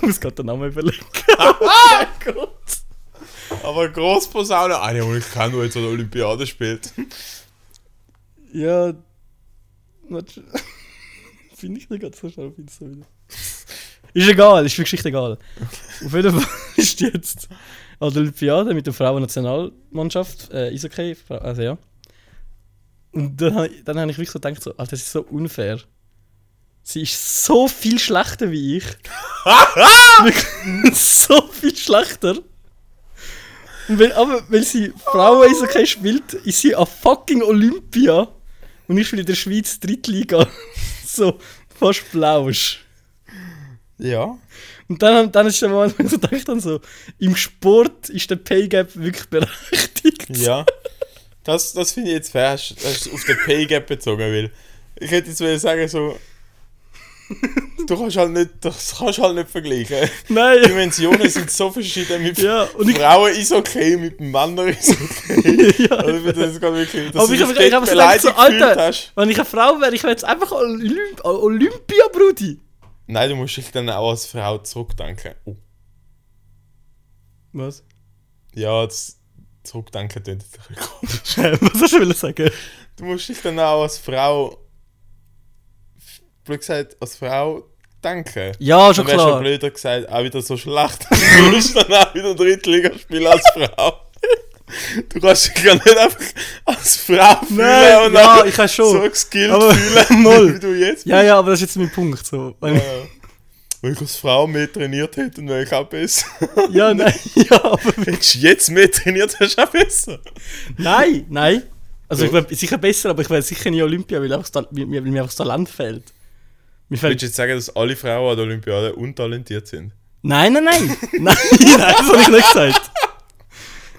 Speaker 2: muss gerade den Namen überlegen. oh mein Gott.
Speaker 3: Aber Großposaune, eine, die ich kenne, die jetzt an der Olympiade spielt.
Speaker 2: Ja... warte. Finde ich nicht ganz so schnell, finde so wieder. Ist egal, ist für Geschichte egal. Auf jeden Fall ist jetzt an der Olympiade mit der Frauennationalmannschaft, äh, Eishockey, Fra- also ja. Und dann, hab ich- dann habe ich wirklich so gedacht, so, Alter, das ist so unfair. Sie ist so viel schlechter wie ich. Wirklich so viel schlechter. Und weil, aber weil sie Frauen-Eishockey spielt, ist sie an fucking Olympia. Und ich spiele in der Schweiz Drittliga. so, fast blausch.
Speaker 3: Ja.
Speaker 2: Und dann, dann ist der Moment, wo ich so dachte, dann so, im Sport ist der Pay Gap wirklich berechtigt.
Speaker 3: Ja. Das, das finde ich jetzt fair, dass du es auf den Pay Gap bezogen will. Ich hätte jetzt wollen sagen, so. Du kannst halt nicht, das kannst halt nicht vergleichen. Die
Speaker 2: Nein,
Speaker 3: Dimensionen sind so verschieden mit
Speaker 2: ja, und ich,
Speaker 3: Frauen ist okay, mit Männern ist okay.
Speaker 2: ja.
Speaker 3: Also ich finde das gerade wirklich, dass
Speaker 2: Aber
Speaker 3: du
Speaker 2: ich
Speaker 3: dich
Speaker 2: habe ich hab so gedacht,
Speaker 3: dort
Speaker 2: so,
Speaker 3: beleidigt gefühlt
Speaker 2: Alter,
Speaker 3: hast.
Speaker 2: wenn ich eine Frau wäre, ich wäre jetzt einfach Olymp Olympia, Brudi.
Speaker 3: Nein, du musst dich dann auch als Frau zurückdenken. Oh.
Speaker 2: Was?
Speaker 3: Ja, das Zurückdenken klingt jetzt ein bisschen komisch.
Speaker 2: Was hast du wollen sagen?
Speaker 3: Du musst dich dann auch als Frau, blöd gesagt, als Frau denken.
Speaker 2: Ja, schon
Speaker 3: Dann wärst du ja
Speaker 2: klar.
Speaker 3: blöder gesagt, auch wieder so schlecht. Du musst dann auch wieder Drittliga spielen als Frau. Du kannst dich ja nicht einfach als Frau fühlen
Speaker 2: Nein, ja,
Speaker 3: dann
Speaker 2: ich kann schon.
Speaker 3: so geskillt
Speaker 2: Aber-
Speaker 3: fühlen,
Speaker 2: Moll.
Speaker 3: wie du jetzt
Speaker 2: Ja, ja, aber das ist jetzt mein Punkt. So. Wenn-
Speaker 3: Ja. Wenn ich als Frau mehr trainiert hätte, dann wäre ich auch besser.
Speaker 2: Ja, nein, ja, aber
Speaker 3: Wenn ich jetzt mehr trainiert hast, auch besser.
Speaker 2: Nein, nein. Also
Speaker 3: Ja.
Speaker 2: ich wäre sicher besser, aber ich wäre sicher nicht Olympia, weil, einfach das, Tal- mir- mir- weil mir einfach das Talent fehlt. Mir
Speaker 3: Willst
Speaker 2: fehlt
Speaker 3: du jetzt sagen, dass alle Frauen an der Olympiade untalentiert sind?
Speaker 2: nein, nein, nein. nein, nein, das habe ich nicht gesagt.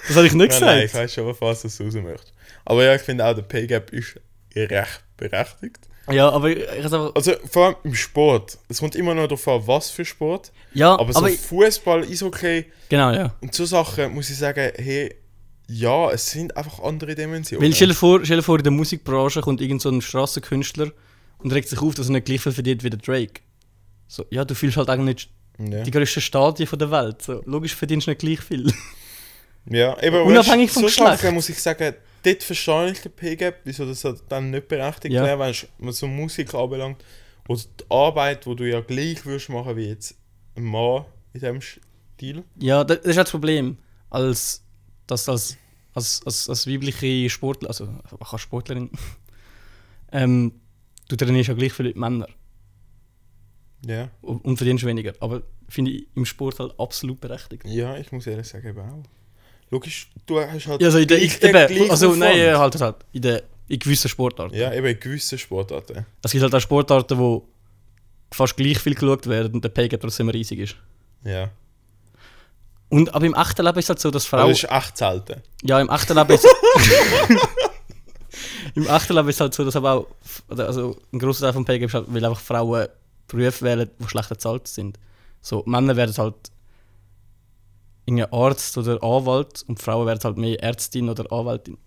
Speaker 2: Das habe ich nicht
Speaker 3: Nein, nein, ich
Speaker 2: gesagt.
Speaker 3: weiß schon, was du raus möchtest. Aber ja, ich finde auch, der Pay Gap ist recht berechtigt.
Speaker 2: Ja, aber ich, ich aber,
Speaker 3: Also vor allem im Sport. Es kommt immer noch darauf an, was für Sport.
Speaker 2: ja,
Speaker 3: Aber so
Speaker 2: ich-
Speaker 3: Fußball, Eishockey
Speaker 2: genau, ja.
Speaker 3: und so Sachen muss ich sagen, hey, ja, es sind einfach andere Dimensionen.
Speaker 2: Weil stell dir, vor, stell dir vor, in der Musikbranche kommt irgend so ein Strassenkünstler und regt sich auf, dass er nicht gleich viel verdient wie der Drake. So, ja, du fühlst halt eigentlich
Speaker 3: ja.
Speaker 2: die grössten Stadien von der Welt. So, logisch verdienst du nicht gleich viel.
Speaker 3: ja, eben,
Speaker 2: Unabhängig
Speaker 3: weißt,
Speaker 2: vom
Speaker 3: so
Speaker 2: Geschlecht.
Speaker 3: Sachen muss ich sagen, dort verstehe ich den Pay-Gap, wieso das halt dann nicht berechtigt
Speaker 2: Ja.
Speaker 3: wäre, wenn es so Musik anbelangt. Oder die Arbeit, die du ja gleich würdest machen wie jetzt ein Mann in diesem Stil.
Speaker 2: Ja, da- das ist halt das Problem. Als, dass als, als, als, als weibliche Sportler, also ach, als Sportlerin, ähm, du trainierst ja gleich viele Männer
Speaker 3: Ja.
Speaker 2: und und verdienst weniger. Aber finde ich im Sport halt absolut berechtigt.
Speaker 3: ja, ich muss ehrlich sagen, eben auch. Logisch, du hast halt.
Speaker 2: Ja, also in der,
Speaker 3: gleich
Speaker 2: ich,
Speaker 3: den
Speaker 2: eben,
Speaker 3: gleichen
Speaker 2: also nein,
Speaker 3: Aufwand.
Speaker 2: äh, halt, halt, in der in gewissen Sportarten.
Speaker 3: Ja, eben in gewissen Sportarten.
Speaker 2: Es gibt halt auch Sportarten, wo fast gleich viel geschaut werden und der Pay-Gap trotzdem riesig ist.
Speaker 3: Ja.
Speaker 2: Und, aber im echten Leben ist es halt so, dass
Speaker 3: Aber
Speaker 2: Frauen...
Speaker 3: das ist echt selten.
Speaker 2: Ja, im Achterlab ist. Im Achterlab ist halt so, dass aber auch. oder Also ein grosser Teil von Pay Gap ist halt, weil einfach Frauen Berufe wählen, die schlechter bezahlt sind. So, Männer werden halt. irgendein Arzt oder Anwalt und Frauen werden halt mehr Ärztin oder Anwältin.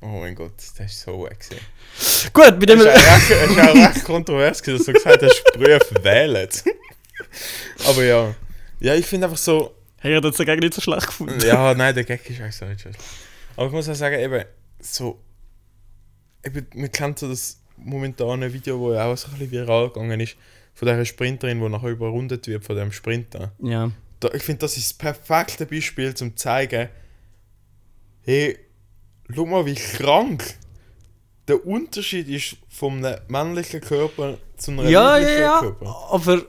Speaker 3: Oh mein Gott, das ist so wack. gewesen.
Speaker 2: Gut, bei dem.
Speaker 3: Es war auch recht- es war auch recht kontrovers, gewesen, dass du gesagt hast, Berufe wählen. Aber ja. Ja, ich finde einfach so.
Speaker 2: Hey, ich hat das dagegen nicht so schlecht gefunden.
Speaker 3: Ja, nein, der Gag ist eigentlich so nicht schlecht. Aber ich muss auch sagen, eben, so. Eben, man kennt so das momentane Video, wo ja auch so ein bisschen viral gegangen ist, von dieser Sprinterin, die nachher überrundet wird von dem Sprinter.
Speaker 2: Ja.
Speaker 3: Da, ich finde, das ist das perfekte Beispiel, um zu zeigen, hey, schau mal, wie krank der Unterschied ist vom einem männlichen Körper zu einem
Speaker 2: Ja, ja,
Speaker 3: weiblichen
Speaker 2: ja.
Speaker 3: Körper.
Speaker 2: Aber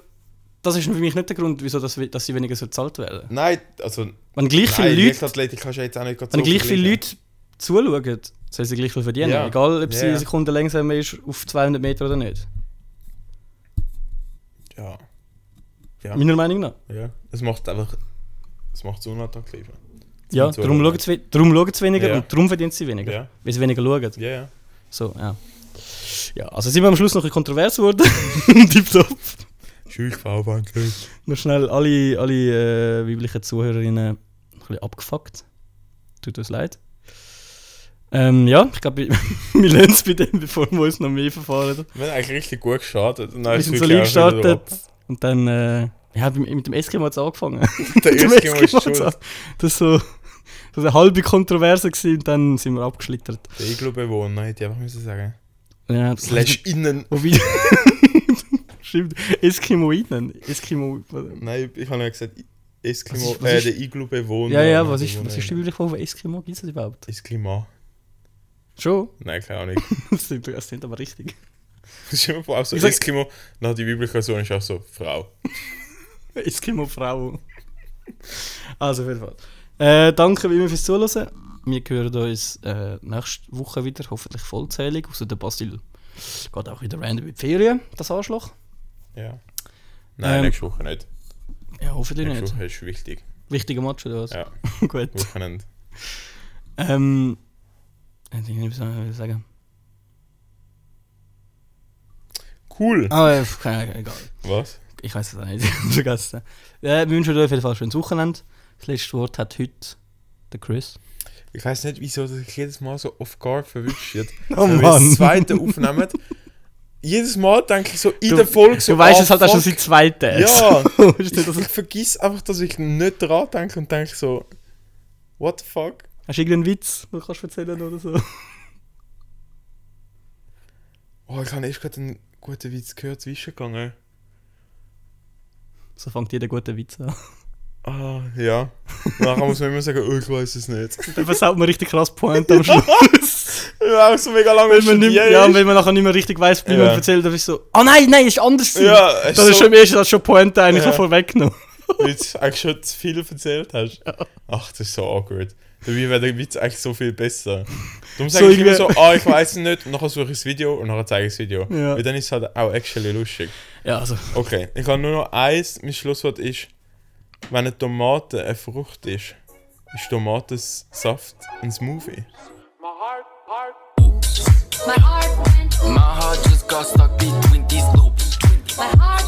Speaker 2: das ist für mich nicht der Grund, wieso das, dass sie weniger so bezahlt werden.
Speaker 3: Nein, also,
Speaker 2: Wenn gleich viele
Speaker 3: nein,
Speaker 2: Leute.
Speaker 3: Leichtathletik kannst du jetzt auch nicht gerade
Speaker 2: Wenn gleich
Speaker 3: vergleichen.
Speaker 2: viele Leute zuschauen, sollen sie gleich viel verdienen.
Speaker 3: Ja.
Speaker 2: Egal, ob sie
Speaker 3: Ja.
Speaker 2: eine Sekunde langsamer ist auf 200 Meter oder nicht.
Speaker 3: Ja, Ja.
Speaker 2: Meiner Meinung nach.
Speaker 3: ja. Es macht einfach. Es macht es unattraktiv.
Speaker 2: Ja,
Speaker 3: Zum
Speaker 2: darum
Speaker 3: Zuschauen.
Speaker 2: schauen, sie, darum schauen sie weniger
Speaker 3: Ja.
Speaker 2: und darum verdienen sie weniger.
Speaker 3: Ja.
Speaker 2: Weil sie weniger schauen.
Speaker 3: Ja, ja.
Speaker 2: So, ja. Ja, also sind wir am Schluss noch ein bisschen kontrovers geworden. Tipptopp.
Speaker 3: Schulverwandlung.
Speaker 2: Noch schnell alle, alle äh, weiblichen Zuhörerinnen ein bisschen abgefuckt. Tut uns leid. Ähm, ja, ich glaube, wir- wir lernen es bei dem, bevor wir uns noch mehr verfahren.
Speaker 3: Wir haben eigentlich richtig gut gestartet. Nein,
Speaker 2: Wir
Speaker 3: es
Speaker 2: sind
Speaker 3: ist
Speaker 2: so
Speaker 3: wirklich
Speaker 2: lieb
Speaker 3: auch wieder
Speaker 2: gestartet. Und dann, äh, ja, mit, mit dem Eskimo hat es angefangen.
Speaker 3: ab. Der
Speaker 2: Mit dem
Speaker 3: erste Mal ist
Speaker 2: hat's
Speaker 3: schuld.
Speaker 2: an- genau Das war so, so eine halbe Kontroverse gewesen, und dann sind wir abgeschlittert.
Speaker 3: Der Iglo-Bewohner hätte ich einfach müssen sagen.
Speaker 2: Ja, das
Speaker 3: Slash innen.
Speaker 2: Wobei. Stimmt, Eskimoiden. Eskimo.
Speaker 3: Nein, ich habe ja gesagt, Eskimo,
Speaker 2: Was ist- was
Speaker 3: äh,
Speaker 2: ist-
Speaker 3: der Iglu-Bewohner.
Speaker 2: Ja, ja, was ist, was ist die
Speaker 3: Bewohnerin.
Speaker 2: Üblichkeit von Eskimo? Gibt es das überhaupt?
Speaker 3: Esklima.
Speaker 2: Schon?
Speaker 3: Nein, keine Ahnung.
Speaker 2: Das sind, das sind aber richtig.
Speaker 3: Stell dir vor, auch so
Speaker 2: Ich sag-
Speaker 3: Eskimo, also nach die biblische Version ist auch so Frau.
Speaker 2: Eskimo-Frau. Also, auf jeden Fall. Äh, danke wie immer fürs Zuhören. Wir hören uns äh, nächste Woche wieder, hoffentlich vollzählig. Außer der Basil geht auch wieder random in die Ferien, das Arschloch.
Speaker 3: Ja. Nein,
Speaker 2: Ähm,
Speaker 3: nächste Woche nicht.
Speaker 2: Ja, hoffentlich
Speaker 3: Nächste
Speaker 2: nicht.
Speaker 3: Woche ist wichtig.
Speaker 2: Wichtiger Match oder was?
Speaker 3: Ja,
Speaker 2: Gut.
Speaker 3: Wochenende.
Speaker 2: Ähm. Ich nicht, was ich sagen.
Speaker 3: Cool.
Speaker 2: Aber äh, keine Ahnung, egal.
Speaker 3: Was?
Speaker 2: Ich weiß es auch nicht. Ich hab's vergessen. Äh, wir wünschen euch auf jeden Fall ein schönes Wochenende. Das letzte Wort hat heute der Chris.
Speaker 3: Ich weiß nicht, wieso dass ich jedes Mal so off guard verwischt wird.
Speaker 2: Oh
Speaker 3: Wenn wir
Speaker 2: Mann.
Speaker 3: das zweite aufnehmen, jedes Mal denke ich so in
Speaker 2: Du-
Speaker 3: der Folge so.
Speaker 2: Du weißt
Speaker 3: ah,
Speaker 2: es halt auch schon
Speaker 3: fuck.
Speaker 2: seit zwei Tagen.
Speaker 3: Ja.
Speaker 2: So, ist
Speaker 3: Ich,
Speaker 2: nicht, dass es-
Speaker 3: ich vergiss einfach, dass ich nicht dran denke und denke so, what the fuck?
Speaker 2: Hast du irgendeinen Witz, den du kannst erzählen oder so?
Speaker 3: Oh, ich habe erst gerade einen guten Witz gehört, zwischengegangen.
Speaker 2: So fängt jeder gute Witz an.
Speaker 3: Ah, ja. Nachher muss man immer sagen, oh, ich weiß es nicht.
Speaker 2: Dann versaut man richtig krass Point am Schluss.
Speaker 3: Ja, auch so mega lange
Speaker 2: wenn, man nicht,
Speaker 3: studiert
Speaker 2: ja,
Speaker 3: ist.
Speaker 2: wenn man nachher nicht mehr richtig weiß, wie
Speaker 3: Ja.
Speaker 2: man erzählt, dann ist so, oh nein, nein, ist anders. gewesen.
Speaker 3: Ja,
Speaker 2: das
Speaker 3: ist
Speaker 2: ist
Speaker 3: so-
Speaker 2: schon im ersten Satz schon Point eigentlich
Speaker 3: Ja.
Speaker 2: so vorweggenommen.
Speaker 3: weil du eigentlich schon zu viel erzählt hast. Ach, das ist so awkward. Dabei wäre der Witz eigentlich so viel besser. Darum sage
Speaker 2: So
Speaker 3: ich immer so,
Speaker 2: irgendwie-
Speaker 3: ah, ich weiß es nicht, und nachher suche ich das Video und nachher zeige ich das Video.
Speaker 2: Ja.
Speaker 3: Weil dann ist es halt auch actually lustig.
Speaker 2: Ja, also.
Speaker 3: Okay, ich habe nur noch eins. Mein Schlusswort ist, wenn eine Tomate eine Frucht ist, ist Tomatensaft ein Smoothie.
Speaker 5: My heart, heart. My heart went,
Speaker 6: My heart just got stuck between these loops.
Speaker 5: my heart